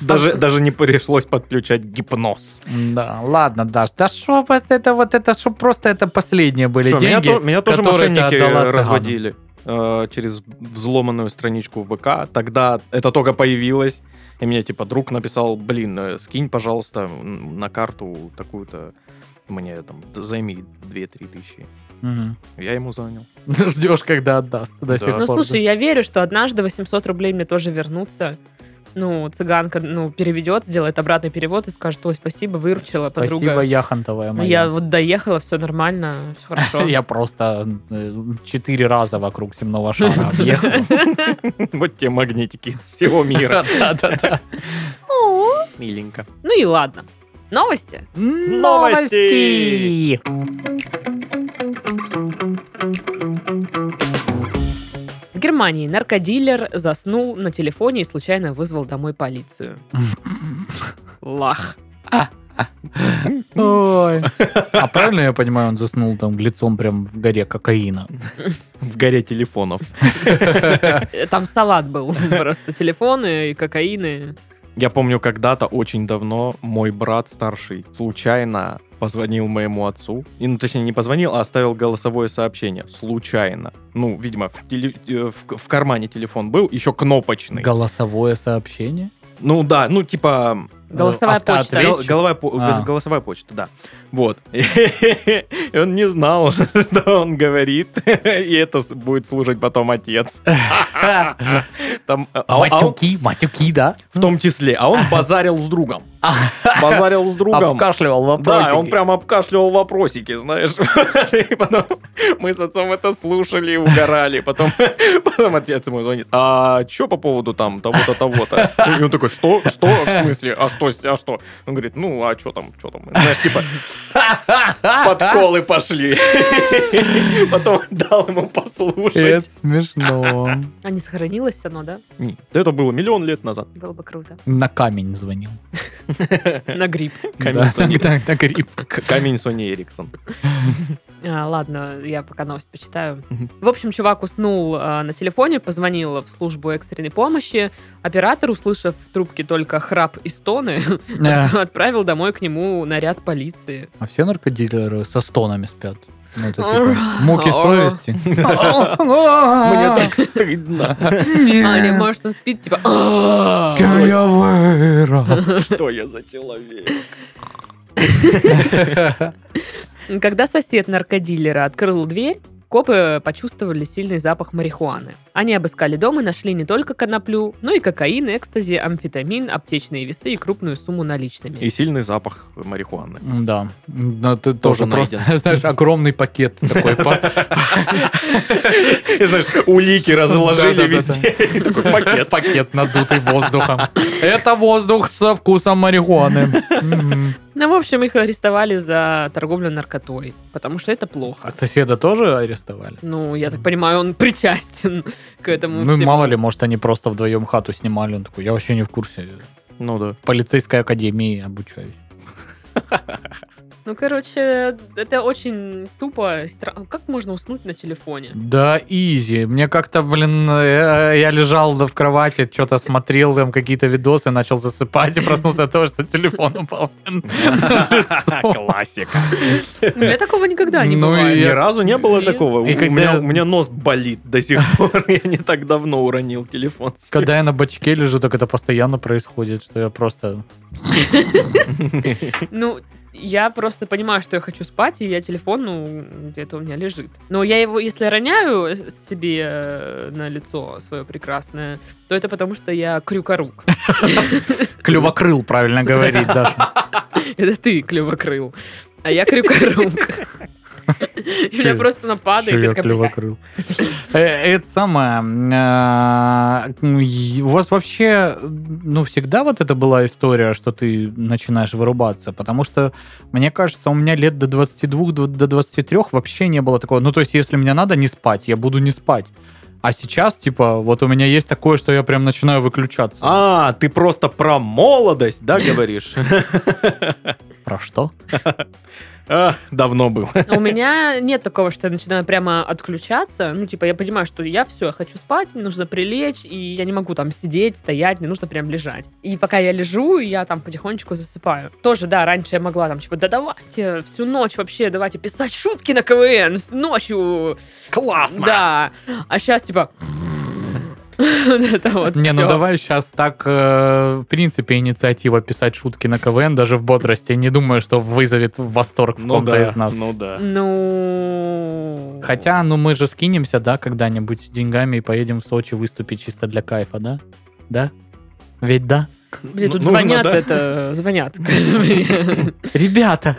S3: Даже даже не пришлось подключать гипноз.
S2: Да, ладно, Даш, да чтоб вот это, вот это, чтоб просто это последние были
S3: Всё, меня,
S2: деньги.
S3: то- меня тоже
S2: которые ты
S3: мошенники
S2: отдала цыгану.
S3: разводили э, через взломанную страничку в ВК. Тогда это только появилось. И мне типа друг написал, блин, э, скинь, пожалуйста, м, на карту такую-то мне там займи 2-3 тысячи.
S2: Мгм.
S3: Я ему занял.
S2: Ждешь, когда отдаст до
S3: Да.
S2: сих пор.
S1: Ну,
S2: да.
S1: слушай, я верю, что однажды 800 рублей мне тоже вернутся. Ну, цыганка, ну, переведет, сделает обратный перевод и скажет, ой, спасибо, выручила подруга.
S2: Спасибо, яхонтовая
S1: Ну,
S2: моя.
S1: Я вот доехала, все нормально, все хорошо.
S2: Я просто э, четыре раза вокруг земного шара объехал.
S3: Вот те магнитики из всего мира.
S2: Да-да-да.
S1: Ну
S3: Миленько.
S1: и ладно. Новости.
S2: Новости!
S1: В Германии наркодилер заснул на телефоне и случайно вызвал домой полицию. Лах.
S2: Ой. А правильно я понимаю, он заснул там лицом прям в горе кокаина?
S3: В горе телефонов.
S1: Э, Там салат был, просто телефоны и кокаины.
S3: Я помню, когда-то очень давно мой брат старший случайно позвонил моему отцу. И, ну, точнее, не позвонил, а оставил голосовое сообщение. Случайно. Ну, видимо, в, теле- э, в к- в кармане телефон был, еще кнопочный.
S2: Голосовое сообщение?
S3: Ну да, ну типа...
S1: Голосовая почта.
S2: Автоответ-
S3: гол- головая по-
S2: А.
S3: гос- голосовая почта, да. Вот. И он не знал, что он говорит. И это с- будет слушать потом отец. Там, э, а- а он-
S2: А, Матюки, матюки, да?
S3: В том числе. А он базарил с другом. Базарил с другом.
S2: Обкашливал вопросики.
S3: Да, он прям обкашливал вопросики, знаешь. И потом мы с отцом это слушали и угорали. Потом, потом отец ему звонит. А что по поводу там того-то, того-то? И он такой, что? Что? В смысле? А что? с- А что? Он говорит, ну, а что там? Что там? Знаешь, типа, подколы пошли. Потом дал ему послушать.
S2: Это смешно.
S1: А не сохранилось оно, да?
S3: Не, Это было миллион лет назад.
S1: Было бы круто.
S2: На камень звонил.
S1: На грипп.
S2: Да,
S3: Камень
S2: так, так, так, грипп.
S3: К- Камень Сони Эриксон.
S1: А, ладно, я пока новость почитаю.
S3: Мгм.
S1: В общем, чувак уснул а, на телефоне, позвонил в службу экстренной помощи. Оператор, услышав в трубке только храп и стоны,
S2: Да.
S1: отправил домой к нему наряд полиции.
S2: А все наркодилеры со стонами спят. Ну, это
S1: Ура.
S2: типа муки совести.
S3: Мне так стыдно,
S2: Э.
S1: Аня, А, может, он спит, типа... «А-а-а».
S2: Кем я вырос?
S3: что я за человек.
S1: Когда сосед наркодилера открыл дверь, копы почувствовали сильный запах марихуаны. Они обыскали дом и нашли не только коноплю, но и кокаин, экстази, амфетамин, аптечные весы и крупную сумму наличными.
S3: И сильный запах марихуаны.
S2: Да, но ты тоже
S3: найден.
S2: просто, знаешь, огромный пакет такой. па-
S3: И знаешь, улики разложили
S2: Да-да-да-да.
S3: везде. И такой пакет.
S2: Пакет надутый воздухом. Это воздух со вкусом марихуаны. М.
S1: Ну, в общем, их арестовали за торговлю наркотой, потому что это
S2: А
S1: плохо.
S2: соседа тоже арестовали?
S1: Ну, я так понимаю, он причастен к этому
S2: Ну, и
S1: всему.
S2: мало ли, может, они просто вдвоем хату снимали. Он такой, я вообще не в курсе.
S3: Ну да.
S2: В полицейской академии обучаюсь.
S1: Ну, короче, это очень тупо. и стра- Как можно уснуть на телефоне?
S2: Да, изи. Мне как-то, блин, э, я лежал в кровати, что-то смотрел там какие-то видосы, начал засыпать и проснулся от того, что телефон упал.
S3: Классика.
S1: У меня такого никогда не
S2: Ну, и
S1: бывает.
S3: Ни
S2: Я-
S3: разу не было
S1: И-
S3: такого. У
S2: и когда-
S3: меня у меня нос болит до сих пор. Я не так давно уронил телефон.
S2: Когда я на бачке лежу, так это постоянно происходит, что я просто...
S1: Ну, я просто понимаю, что я хочу спать, и я телефон, ну, где-то у меня лежит. Но я его, если роняю себе э, на лицо свое прекрасное, то это потому, что я крюкорук.
S2: Клювокрыл, правильно говорить, Даша.
S1: Это ты клювокрыл. А я крюкорук. И Меня
S2: Чё-
S1: просто нападает.
S2: Чё
S1: я
S2: я
S1: такая, «Бля».
S2: клювокрыл? Э, Это самое... э, ну, и- У вас вообще, ну, всегда вот это была история, что ты начинаешь вырубаться? Потому что, мне кажется, у меня лет до 22, до- до 23 вообще не было такого. Ну, то есть, если мне надо не спать, я буду не спать. А сейчас, типа, вот у меня есть такое, что я прям начинаю А? выключаться.
S3: А, ты просто про молодость, да, говоришь?
S2: Про про что?
S3: А, давно был.
S1: Но У меня нет такого, что я начинаю прямо отключаться. Ну, типа, я понимаю, что я все, я хочу спать, мне нужно прилечь, и я не могу там сидеть, стоять, мне нужно прям лежать. И пока я лежу, я там потихонечку засыпаю. Тоже, да, раньше я могла там, типа, да давайте всю ночь вообще, давайте писать шутки на КВН с- ночью.
S3: Классно!
S1: Да. А сейчас, типа... Это вот
S2: Не, ну
S1: всё.
S2: давай сейчас так, э, в принципе, инициатива писать шутки на КВН даже в бодрости. Не думаю, что вызовет восторг в
S3: Ну
S2: ком-то
S3: да,
S2: из нас.
S3: ну да.
S1: Ну...
S2: Хотя, ну мы же скинемся, да, когда-нибудь с деньгами и поедем в Сочи выступить чисто для кайфа, да? Да? Ведь да?
S1: Блин, тут
S3: Ну, нужно,
S1: звонят
S3: да?
S1: это... Звонят.
S2: Ребята!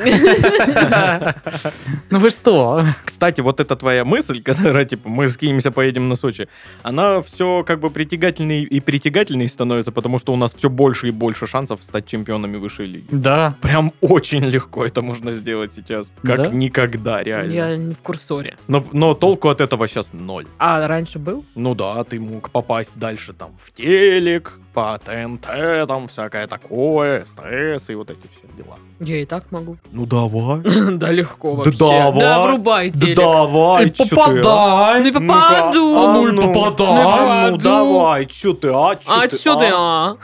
S2: Ну вы что?
S3: Кстати, вот эта твоя мысль, которая, типа, мы скинемся, поедем на Сочи, она все как бы притягательней и притягательней становится, потому что у нас все больше и больше шансов стать чемпионами высшей лиги.
S2: Да.
S3: Прям очень легко это можно сделать сейчас. Как
S2: Да?
S3: никогда, реально.
S1: Я не в курсоре.
S3: Но, но толку от этого сейчас ноль.
S1: А раньше был?
S3: Ну да, ты мог попасть дальше там в телек, по ТНТ, там всякое такое, СТС и вот эти все дела.
S1: Я и так могу.
S3: Ну давай.
S1: Да легко
S3: Да
S1: вообще.
S3: давай.
S1: Да врубай
S3: Да
S1: телек.
S3: давай,
S2: И
S3: чё ты, а?
S2: попадай.
S1: Ну и
S3: Ну-ка,
S1: попаду.
S3: а
S1: Ну и
S3: А ну
S1: попаду.
S3: давай, чё ты, а чё
S1: А
S3: ты,
S1: чё ты, а?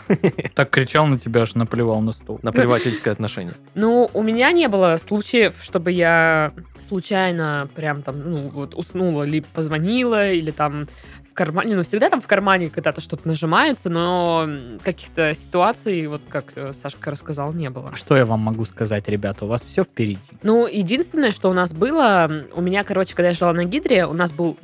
S2: Так кричал на тебя, аж наплевал на стол.
S3: Наплевательское отношение.
S1: Ну, у меня не было случаев, чтобы я случайно прям там, ну, вот уснула, или позвонила, или там в кармане. Ну, всегда там в кармане когда-то что-то нажимается, но каких-то ситуаций, вот как э, Сашка рассказал, не было.
S2: Что я вам могу сказать, ребята? У вас все впереди.
S1: Ну, единственное, что у нас было, м, у меня, короче, когда я жила на Гидре, у нас был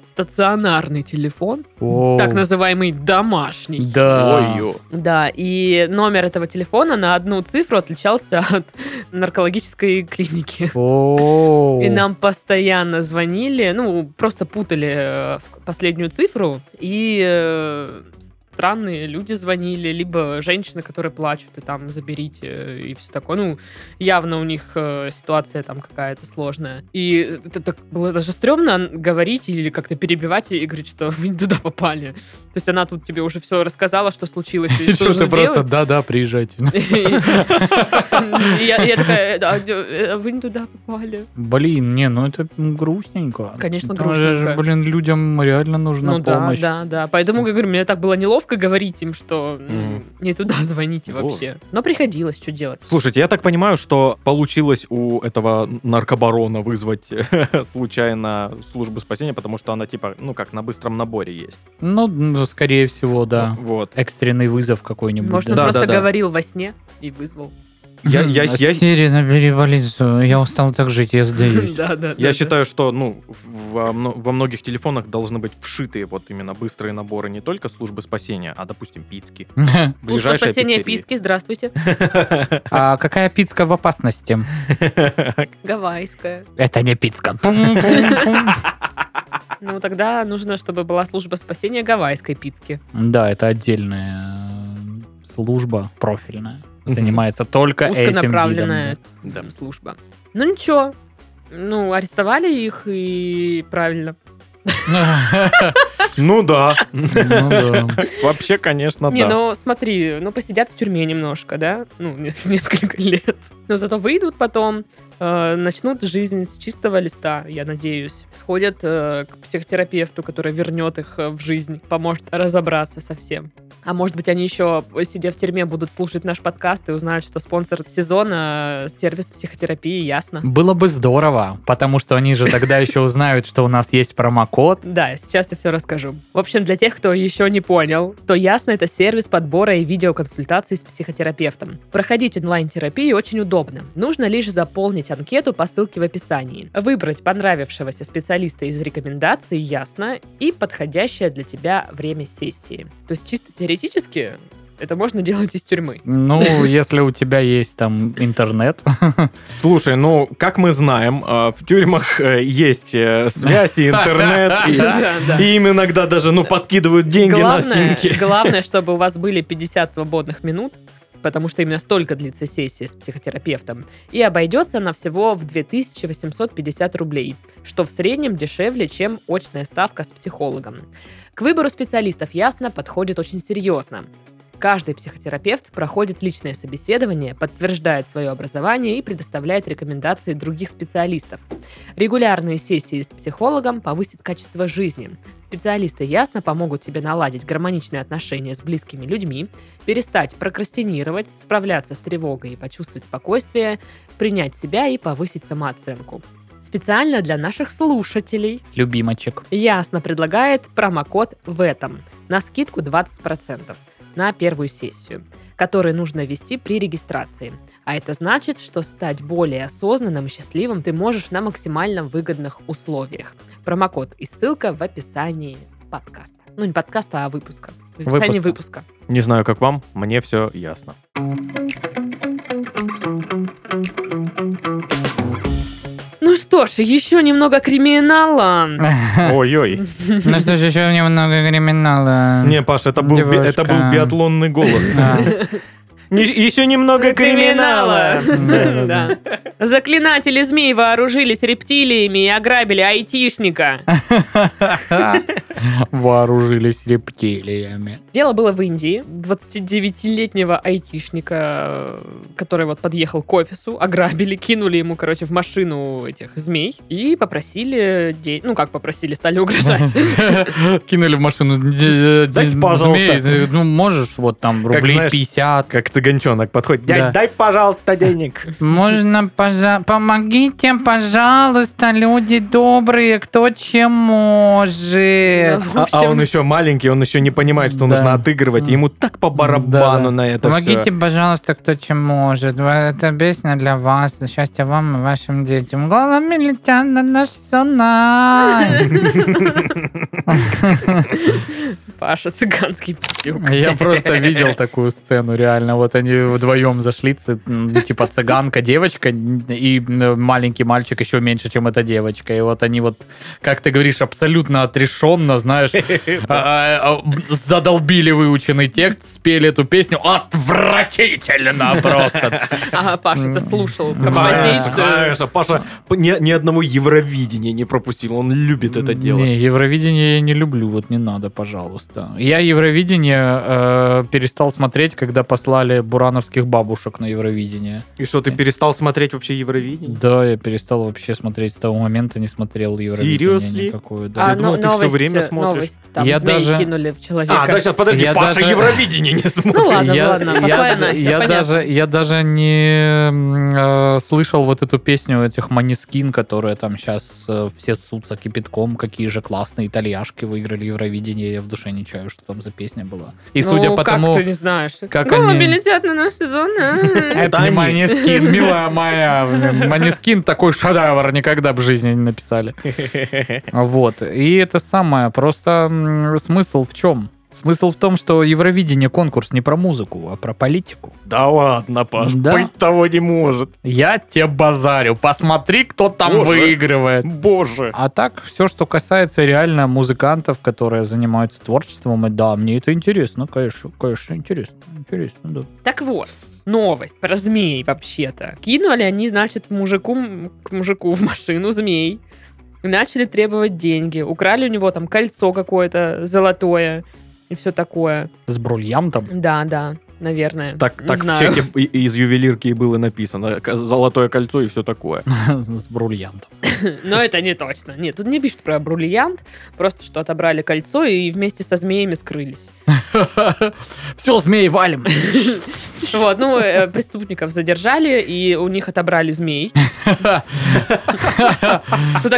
S1: стационарный телефон, так называемый домашний.
S2: Да.
S3: ё.
S1: Да, и номер этого телефона на одну цифру отличался от наркологической клиники.
S2: О.
S1: И нам постоянно звонили, ну, просто путали э, в- последнюю цифру, и э, странные люди звонили, либо женщины, которые плачут, и там заберите, э, и все такое. Ну, явно у них э, ситуация там какая-то сложная. И это так было даже стрёмно говорить или как-то перебивать и говорить, что вы не туда попали. То есть она тут тебе уже все рассказала, что случилось, и что
S2: Чё
S1: нужно
S2: ты просто,
S1: делать.
S2: да-да, приезжайте. Ну,
S1: И Я я такая, «Да, э, вы не туда попали.
S2: Блин, не, ну это м, грустненько.
S1: Конечно,
S2: Там же,
S1: грустненько.
S2: блин, людям реально нужна
S1: ну
S2: помощь.
S1: да, да, да. Поэтому, я говорю, мне так было неловко говорить им, что м,
S3: Мгм.
S1: не туда звоните
S3: Вот.
S1: вообще. Но приходилось, что делать.
S3: Слушайте, я так понимаю, что получилось у этого наркобарона вызвать случайно службу спасения, потому что она типа, ну как, на быстром наборе есть.
S2: Ну, м, скорее всего, да.
S3: Вот.
S2: Экстренный вызов какой-нибудь.
S1: Может, он
S3: Да,
S1: просто
S3: да, да.
S1: говорил во сне и вызвал.
S3: Я,
S1: Э,
S3: я, я,
S2: Сири, набери больницу. Я устал так жить, я сдаюсь.
S1: Да, да.
S3: я считаю, что ну в- во, мно- во многих телефонах должны быть вшитые вот именно быстрые наборы не только службы спасения, а допустим пицки.
S1: Служба
S3: Ближайшая
S1: спасения
S3: пиццерия.
S1: Писки, ну, здравствуйте.
S2: А какая пицка в опасности?
S1: Гавайская.
S2: Это не пицка. Пум-пум-пум.
S1: Ну, тогда нужно, чтобы была служба спасения гавайской пицки.
S2: Да, это отдельная э, служба профильная.
S3: Мгм.
S2: Занимается только этим
S1: Узконаправленная
S2: видом,
S3: Да.
S1: м, служба. Ну, ничего. Ну, арестовали их и правильно.
S2: да.
S3: Ну да.
S2: Ну да.
S3: Вообще, конечно,
S1: Не,
S3: да.
S1: ну смотри, ну посидят в тюрьме немножко, да? Ну, нес- несколько лет. Но зато выйдут потом, э, начнут жизнь с чистого листа, я надеюсь. Сходят э, к психотерапевту, который вернет их э, в жизнь, поможет разобраться со всем. А может быть, они еще, сидя в тюрьме, будут слушать наш подкаст и узнают, что спонсор сезона э, сервис психотерапии, ясно.
S2: Было бы здорово, потому что они же тогда еще узнают, что у нас есть промокод.
S1: Да, сейчас я все расскажу. В общем, для тех, кто еще не понял, то ясно, это сервис подбора и видеоконсультации с психотерапевтом. Проходить онлайн-терапию очень удобно. Нужно лишь заполнить анкету по ссылке в описании, выбрать понравившегося специалиста из рекомендаций ясно и подходящее для тебя время сессии. То есть чисто теоретически это можно делать из тюрьмы.
S2: Ну, если у тебя есть там интернет.
S3: Слушай, ну, как мы знаем, э, в тюрьмах э, есть э, связь и интернет, и-
S1: Да, да.
S3: и им иногда даже, ну, подкидывают деньги на
S1: главное,
S3: симки.
S1: главное, чтобы у вас были 50 свободных минут, потому что именно столько длится сессия с психотерапевтом. И обойдется она всего в 2850 рублей, что в среднем дешевле, чем очная ставка с психологом. К выбору специалистов ясно подходит очень серьезно. Каждый психотерапевт проходит личное собеседование, подтверждает свое образование и предоставляет рекомендации других специалистов. Регулярные сессии с психологом повысят качество жизни. Специалисты ясно помогут тебе наладить гармоничные отношения с близкими людьми, перестать прокрастинировать, справляться с тревогой и почувствовать спокойствие, принять себя и повысить самооценку. Специально для наших слушателей
S2: Любимочек.
S1: Ясно предлагает промокод в этом на скидку 20% на первую сессию, который нужно ввести при регистрации. А это значит, что стать более осознанным и счастливым ты можешь на максимально выгодных условиях. Промокод и ссылка в описании подкаста. Ну, не подкаста, а выпуска. В описании выпуска.
S3: Не знаю, как вам, мне все ясно.
S1: Ну что ж, еще немного криминала.
S3: Ой-ой.
S2: Ну что ж, еще немного криминала.
S3: Не, Паш, это был, би- это был
S2: Девушка.
S3: биатлонный голос.
S2: А,
S3: Еще немного криминала.
S1: Да. Заклинатели змей вооружились рептилиями и ограбили айтишника.
S2: Вооружились рептилиями.
S1: Дело было в Индии. 29-летнего айтишника, э, который вот подъехал к офису, ограбили, кинули ему, короче, в машину этих змей и попросили... де- Ну, как попросили, стали угрожать.
S2: Кинули в машину. д- д-
S3: Дайте,
S2: змеи.
S3: пожалуйста.
S2: Ну, можешь вот там рублей
S3: знаешь.
S2: 50.
S3: Как цыганчонок подходит.
S2: Да.
S3: «Дядь, дай, пожалуйста, денег.
S2: Можно, пожа- помогите, пожалуйста, люди добрые, кто чем может.
S1: В
S3: А, а он
S1: общем,
S3: еще маленький, он еще не понимает, что
S2: Да.
S3: нужно отыгрывать. и Ему так по барабану
S2: Да-да.
S3: на это
S2: Помогите,
S3: всё.
S2: пожалуйста, кто чем может. Ва- Это песня для вас. Счастья вам и вашим детям. Голами летят на наш сонай.
S1: Паша цыганский пиздюк.
S2: Я просто видел такую сцену, реально. Вот они вдвоем зашли, цы- м, типа цыганка, девочка и м, маленький мальчик еще меньше, чем эта девочка. И вот они вот, как ты говоришь, абсолютно отрешенно, знаешь, а, а, а, задолбили выученный текст, спели эту песню отвратительно просто.
S1: Ага, Паша-то А слушал
S3: Ну, Конечно,
S1: композицию.
S3: конечно. Паша п- ни, ни одного Евровидения не пропустил. Он любит это дело.
S2: Не, Евровидение я не люблю, вот не надо, пожалуйста. Я Евровидение э, перестал смотреть, когда послали бурановских бабушек на Евровидение.
S3: И что, ты перестал смотреть вообще Евровидение?
S2: Да, я перестал вообще смотреть с того момента, не смотрел Евровидение
S3: Seriously?
S2: никакую.
S1: А,
S2: Да.
S3: Я
S1: но-
S3: думал, ты всё
S1: новость,
S3: время смотришь.
S1: Новость, там
S2: Я
S1: змеи
S2: даже-
S1: кинули в человека.
S3: А, да, сейчас, подожди,
S2: Я
S3: Паша
S2: даже-
S3: Евровидение не смотрит.
S1: Ну ладно, ладно, пошла я
S2: д-
S1: нахер,
S2: я
S1: понятно.
S2: даже, я даже не м, э, слышал вот эту песню этих Манискин, которые там сейчас все ссутся кипятком, какие же классные итальяшки выиграли Евровидение, я в душе не чаю, что там за песня была. И
S1: Ну,
S2: судя по тому,
S1: как ты не знаешь?
S2: как
S1: Голуби
S2: они-
S1: летят на наш сезон. а.
S2: Это не
S3: они.
S2: Манискин, милая моя. Манискин такой шедевр никогда бы в жизни не написали. Вот. И это самое. Просто м, смысл в чем? Смысл в том, что Евровидение конкурс не про музыку, а про политику.
S3: Да ладно, Паш,
S2: Да.
S3: быть того не может.
S2: Я тебе базарю. Посмотри, кто там
S3: Боже.
S2: выигрывает.
S3: Боже.
S2: А так, все, что касается реально музыкантов, которые занимаются творчеством, и да, мне это интересно, конечно, конечно, интересно, интересно, да.
S1: Так вот, новость про змей вообще-то. Кинули они, значит, мужику, м, к мужику в машину змей. И Начали требовать деньги. Украли у него там кольцо какое-то золотое и все такое.
S2: С брульянтом.
S1: Да, да, наверное.
S3: Так,
S1: Не
S3: так в
S1: знаю.
S3: чеке и- из ювелирки и было написано. к- Золотое кольцо и все такое.
S2: С брульянтом.
S1: Но это не точно. Нет, тут не пишут про бриллиант, просто что отобрали кольцо и вместе со змеями скрылись.
S2: Все, змеи валим.
S1: Вот, ну, э, преступников задержали, и у них отобрали змей. Тут так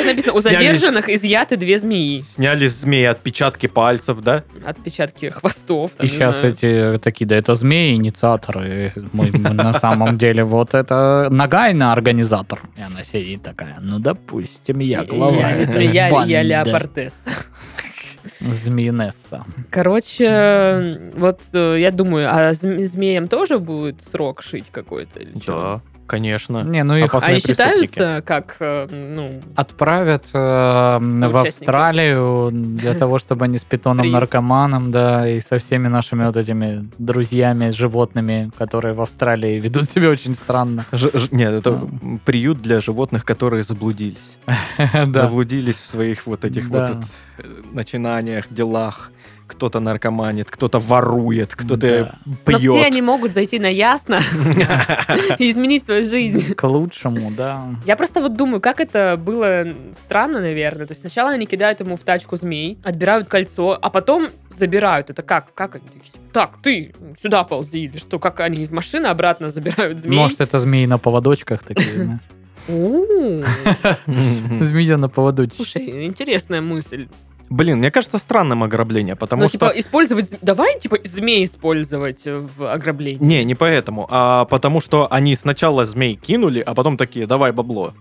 S1: написано, у
S3: Сняли.
S1: задержанных изъяты две змеи.
S3: Сняли с змеи отпечатки пальцев, да?
S1: Отпечатки хвостов. там,
S2: И
S1: не
S2: сейчас
S1: знаю.
S2: эти такие, да это змеи-инициаторы. Мы мы на самом деле вот это Нагайна организатор. И она сидит такая, ну допустим, я глава.
S1: Я не
S2: этой
S1: змея, и я
S2: банды.
S1: леопардесс.
S2: Змеинесса.
S1: Короче, э, вот э, я думаю, а зм- змеям тоже будет срок шить какой-то или что?
S3: Да, конечно.
S2: Не, ну их
S3: Опасные
S1: Они
S3: преступники.
S1: считаются как, э, ну,
S2: отправят э, в Австралию для того, чтобы они с питоном
S1: Три.
S2: наркоманом, да, и со всеми нашими вот этими друзьями, животными, которые в Австралии ведут себя очень странно.
S3: Ж- ж- нет, это
S2: Да.
S3: м, приют для животных, которые заблудились.
S2: Да.
S3: Заблудились в своих вот этих
S2: Да.
S3: вот э, начинаниях, делах, кто-то наркоманит, кто-то ворует, кто-то
S1: Но все
S3: пьет.
S1: они могут зайти на ясно и изменить свою жизнь.
S2: К лучшему, да.
S1: Я просто вот думаю, как это было странно, наверное. То есть сначала они кидают ему в тачку змей, отбирают кольцо, а потом забирают. Это как? Как они такие? Так, ты сюда ползи или что? Как они из машины обратно забирают змей?
S2: Может, это змеи на поводочках такие.
S1: У-у-у.
S2: да? Змея на поводочке.
S1: Слушай, интересная мысль.
S3: Блин, мне кажется странным ограбление, потому
S1: Ну,
S3: что...
S1: типа, использовать... зм- Давай, типа, змей использовать в ограблении.
S3: Не, не поэтому, а потому что они сначала змей кинули, а потом такие, давай бабло.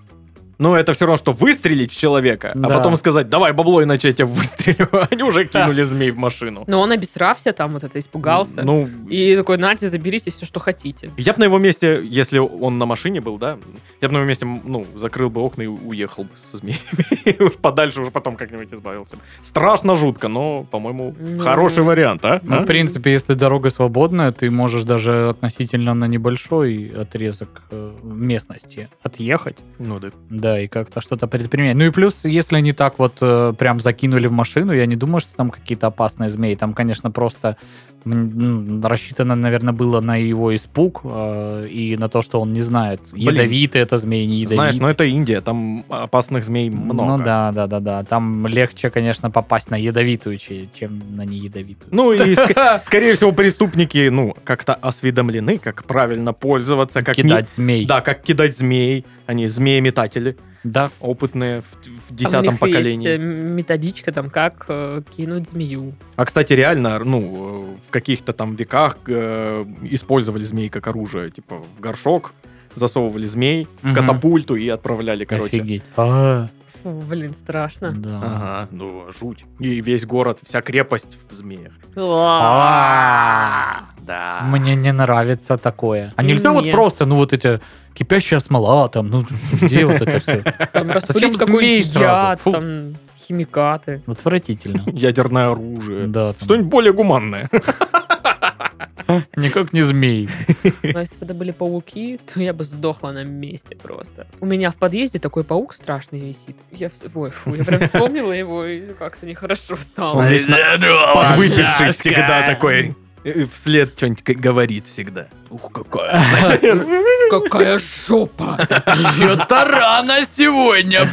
S3: Ну, это все равно, что выстрелить в человека,
S2: Да.
S3: а потом сказать, давай бабло, иначе я тебя выстрелю. Они уже кинули змей в машину.
S1: Но он обесрався там, вот это, испугался.
S3: Ну,
S1: И такой, нате, заберите все, что хотите.
S3: я бы на его месте, если он на машине был, да, я бы на его месте, ну, закрыл бы окна и уехал бы со змеями. И уж подальше, уже потом как-нибудь избавился. бы. Страшно жутко, но, по-моему,
S1: Ну.
S3: хороший вариант, а?
S2: Ну,
S3: А?
S2: в принципе, если дорога свободная, ты можешь даже относительно на небольшой отрезок э, местности отъехать.
S3: Ну, да.
S2: Да, и как-то что-то предпринять. Ну и плюс, если они так вот э, прям закинули в машину, я не думаю, что там какие-то опасные змеи. Там, конечно, просто м, м, рассчитано, наверное, было на его испуг э, и на то, что он не знает,
S3: Блин.
S2: ядовитые это змеи, не ядовитые.
S3: Знаешь, ну это Индия, там опасных змей много.
S2: Ну да, да, да, да. Там легче, конечно, попасть на ядовитую, че- чем на неядовитую.
S3: Ну и, ск- скорее всего, преступники, ну, как-то осведомлены, как правильно пользоваться, как не-
S2: Кидать змей.
S3: Да, как кидать змей. Они змеи-метатели,
S2: да.
S3: опытные в, в
S1: А у
S3: десятом
S1: них есть
S3: поколении.
S1: э, методичка там, как э, кинуть змею.
S3: А, кстати, реально, ну, э, в каких-то там веках э, использовали змей как оружие. Типа в горшок засовывали змей, в
S2: Мгм.
S3: катапульту и отправляли, короче.
S2: Офигеть. А,
S1: Фу, блин, страшно.
S2: да.
S3: Ага, ну, жуть. И весь город, вся крепость в змеях.
S2: А.
S3: Да.
S2: Мне не нравится такое. А
S1: И
S2: нельзя вот
S1: мне.
S2: просто, ну вот эти кипящая смола там, ну где вот это все?
S1: Там
S2: А! Зачем
S1: распылить
S2: змей
S1: какой-нибудь
S2: сразу?
S1: яд,
S2: Фу.
S1: там химикаты.
S2: Отвратительно.
S3: Ядерное оружие.
S2: Да, там
S3: Что-нибудь более гуманное.
S2: никак не змей.
S1: Но если бы это были пауки, то я бы сдохла на месте просто. У меня в подъезде такой паук страшный висит. Я вс- Ой, фу, я прям вспомнила его, и как-то нехорошо стало.
S3: ну, Он вечно подвыпивший всегда такой. э, Вслед что-нибудь к- говорит всегда. Ух, какая.
S1: Какая жопа!
S2: Еще тарана сегодня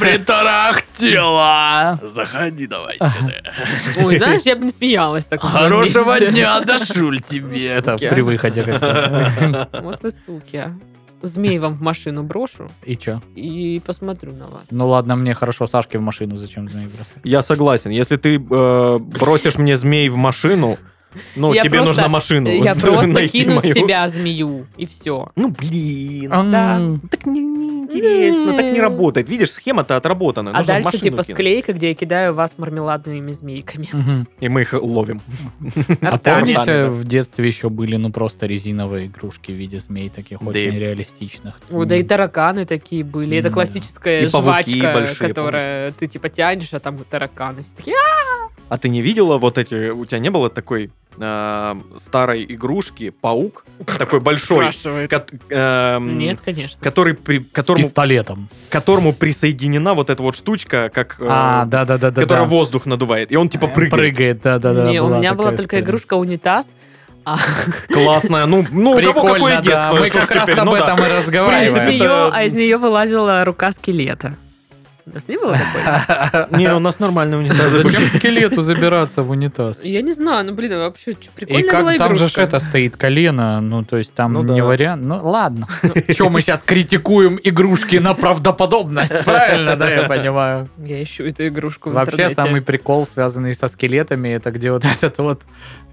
S2: притарахтела.
S3: Заходи давай.
S1: Ой, знаешь, я бы не смеялась так. на месте.
S2: дошуль
S1: тебе.
S2: Это
S1: Суки.
S2: при выходе как-то.
S1: Вот вы суки. а. Змей вам в машину брошу
S2: И чё?
S1: и посмотрю на вас.
S2: Ну ладно, мне хорошо, Сашке в машину зачем змеи бросать?
S3: Я согласен. Если ты э, бросишь мне змей в машину, ну,
S1: Я
S3: тебе
S1: просто-
S3: нужна машина.
S1: Я
S2: ну,
S3: вот,
S1: просто
S3: найти
S1: кину в
S3: мою.
S1: тебя змею, и все.
S3: Ну, блин.
S1: Да.
S3: Так не- неинтересно, так не работает. Видишь, схема-то отработана.
S1: А
S3: нужно в
S1: дальше
S3: машину
S1: типа
S3: кинуть.
S1: склейка, где я кидаю вас мармеладными змейками.
S2: Мгм.
S3: И мы их ловим.
S2: А
S1: Ртами.
S3: помнишь,
S2: помните,
S3: Ртами, да.
S2: в детстве еще были, ну, просто резиновые игрушки в виде змей, таких
S3: Да
S2: очень
S3: и-
S2: реалистичных.
S1: О, да и тараканы такие были. Это
S2: М-да.
S1: классическая
S3: И пауки
S1: жвачка,
S3: большие,
S1: которая ты типа тянешь, а там вот тараканы. Все такие,
S3: А ты не видела вот эти... У тебя не было такой э, старой игрушки паук? Такой большой.
S1: спрашивают. Ну,
S3: кот- эм,
S1: Нет, конечно.
S3: который при, к
S2: С
S3: которому,
S2: пистолетом.
S3: к которому присоединена вот эта вот штука, как э,
S2: А, да-да-да-да.
S3: которая воздух надувает, и он типа прыгает.
S2: Прыгает, да-да-да.
S1: Не, у меня была
S2: такая
S1: только
S2: история.
S1: игрушка унитаз. А
S3: Классная, ну, ну у кого какое
S2: Прикольно,
S3: детство?
S2: да. Мы
S3: что ж
S2: как раз
S3: теперь,
S2: об
S3: ну да.
S2: этом и
S1: из
S3: Правильно.
S2: разговариваем.
S1: нее,
S3: Это-
S1: а из нее вылазила рука скелета. У вас не было такой?
S3: Не, у нас нормальный унитаз.
S2: Зачем скелету забираться в унитаз?
S1: Я не знаю, ну блин, вообще чё,
S2: И
S1: прикольная была
S2: как там же ж
S1: игрушка.
S2: это стоит колено, ну то есть там
S3: Ну
S2: не
S3: да.
S2: вариант. Ну ладно. Че мы сейчас критикуем игрушки на правдоподобность, правильно, да, я понимаю.
S1: Я ищу эту игрушку в
S2: Вообще
S1: интернете.
S2: самый прикол, связанный со скелетами, это где вот этот вот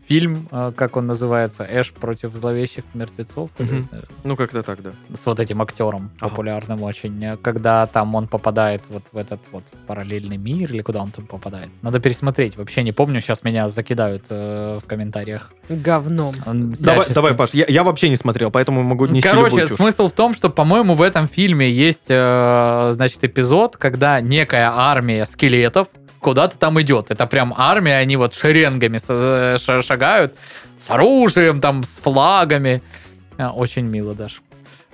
S2: фильм, э, как он называется, Эш против зловещих мертвецов, э,
S3: Мгм. Ну, как-то так, да.
S2: с вот этим актером
S3: Ага.
S2: популярным очень, э, когда там он попадает вот в этот вот параллельный мир или куда он там попадает. Надо пересмотреть, вообще не помню, сейчас меня закидают э, в комментариях.
S1: Говном.
S2: Он
S3: Давай,
S2: всяческим.
S3: давай, Паш, я, я вообще не смотрел, поэтому могу нести
S2: Короче,
S3: любую чушь.
S2: смысл в том, что, по-моему, в этом фильме есть, э, значит, эпизод, когда некая армия скелетов куда-то там идет. Это прям армия, они вот шеренгами со- э, ша- шагают, с оружием, там, с флагами. А, Очень Э, мило даже.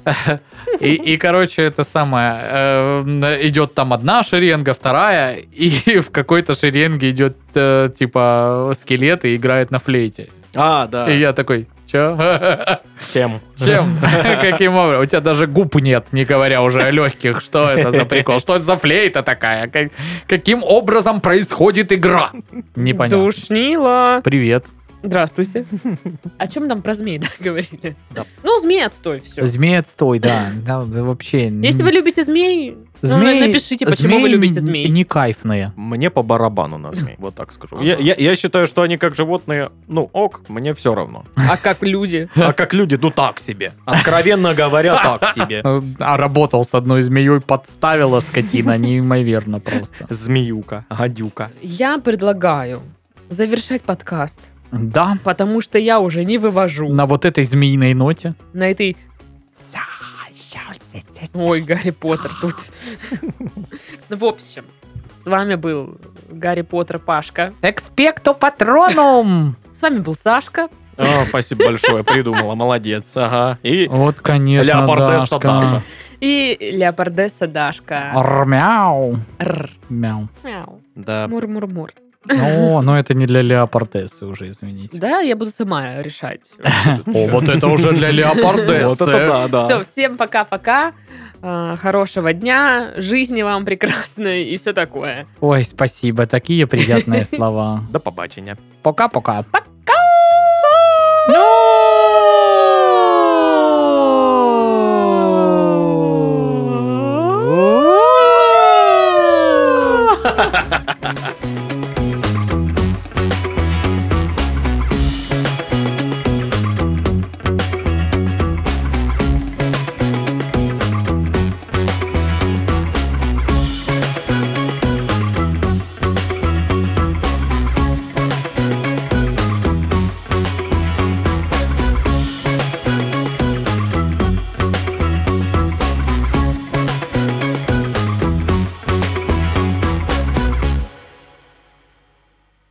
S2: И, и, короче, это самое, э, идет там одна шеренга, вторая, и в какой-то шеренге идет, э, типа, скелет и играет на флейте.
S3: А, да.
S2: И я такой, че?
S4: Чем?
S2: Чем? Каким образом? У тебя даже губ нет, не говоря уже о легких. Что это за прикол? Что это за флейта такая? Как- Каким образом происходит игра? Непонятно.
S1: Душнило.
S2: Привет.
S1: Здравствуйте. О чем там про змей да, говорили?
S3: Да.
S1: Ну, змей отстой, все.
S2: Змея отстой, да. Да, да, Вообще.
S1: Если вы любите змей, ну,
S2: Змеи-
S1: напишите, почему
S2: змеи
S1: вы любите
S2: н-
S1: змей.
S2: Не кайфные.
S3: Мне по барабану на змей, вот так скажу. Я, я- я считаю, что они как животные, ну ок, мне все равно.
S1: А как люди?
S3: А как люди, ну так себе. Откровенно говоря, так себе.
S2: Э, А работал с одной змеей, подставила скотина, неимоверно просто.
S3: Змеюка, гадюка.
S1: Я предлагаю завершать подкаст,
S2: Да,
S1: потому что я уже не вывожу
S2: на вот этой змеиной ноте.
S1: на этой... Ой, Гарри Поттер тут. Ну, В общем, с вами был Гарри Поттер Пашка.
S2: Экспекту патроном!
S1: С вами был Сашка.
S3: А, спасибо большое, придумала, молодец. Ага. И
S2: Вот, конечно,
S3: Леопардесса
S2: Дашка.
S3: Даша.
S1: И Леопардесса
S2: А.
S1: Дашка.
S2: Мяу.
S1: Р.
S2: Мяу.
S1: Мяу.
S3: да.
S1: Мур-мур-мур.
S2: О, но это не для леопардессы уже, извините.
S1: Да, я буду сама решать.
S2: О, вот это уже для леопардессы.
S3: Вот это да,
S1: Все,
S3: да.
S1: всем пока-пока. А, Хорошего дня, жизни вам прекрасной и все такое.
S2: Ой, спасибо, такие приятные слова.
S3: До побачення.
S2: Пока-пока.
S1: Пока!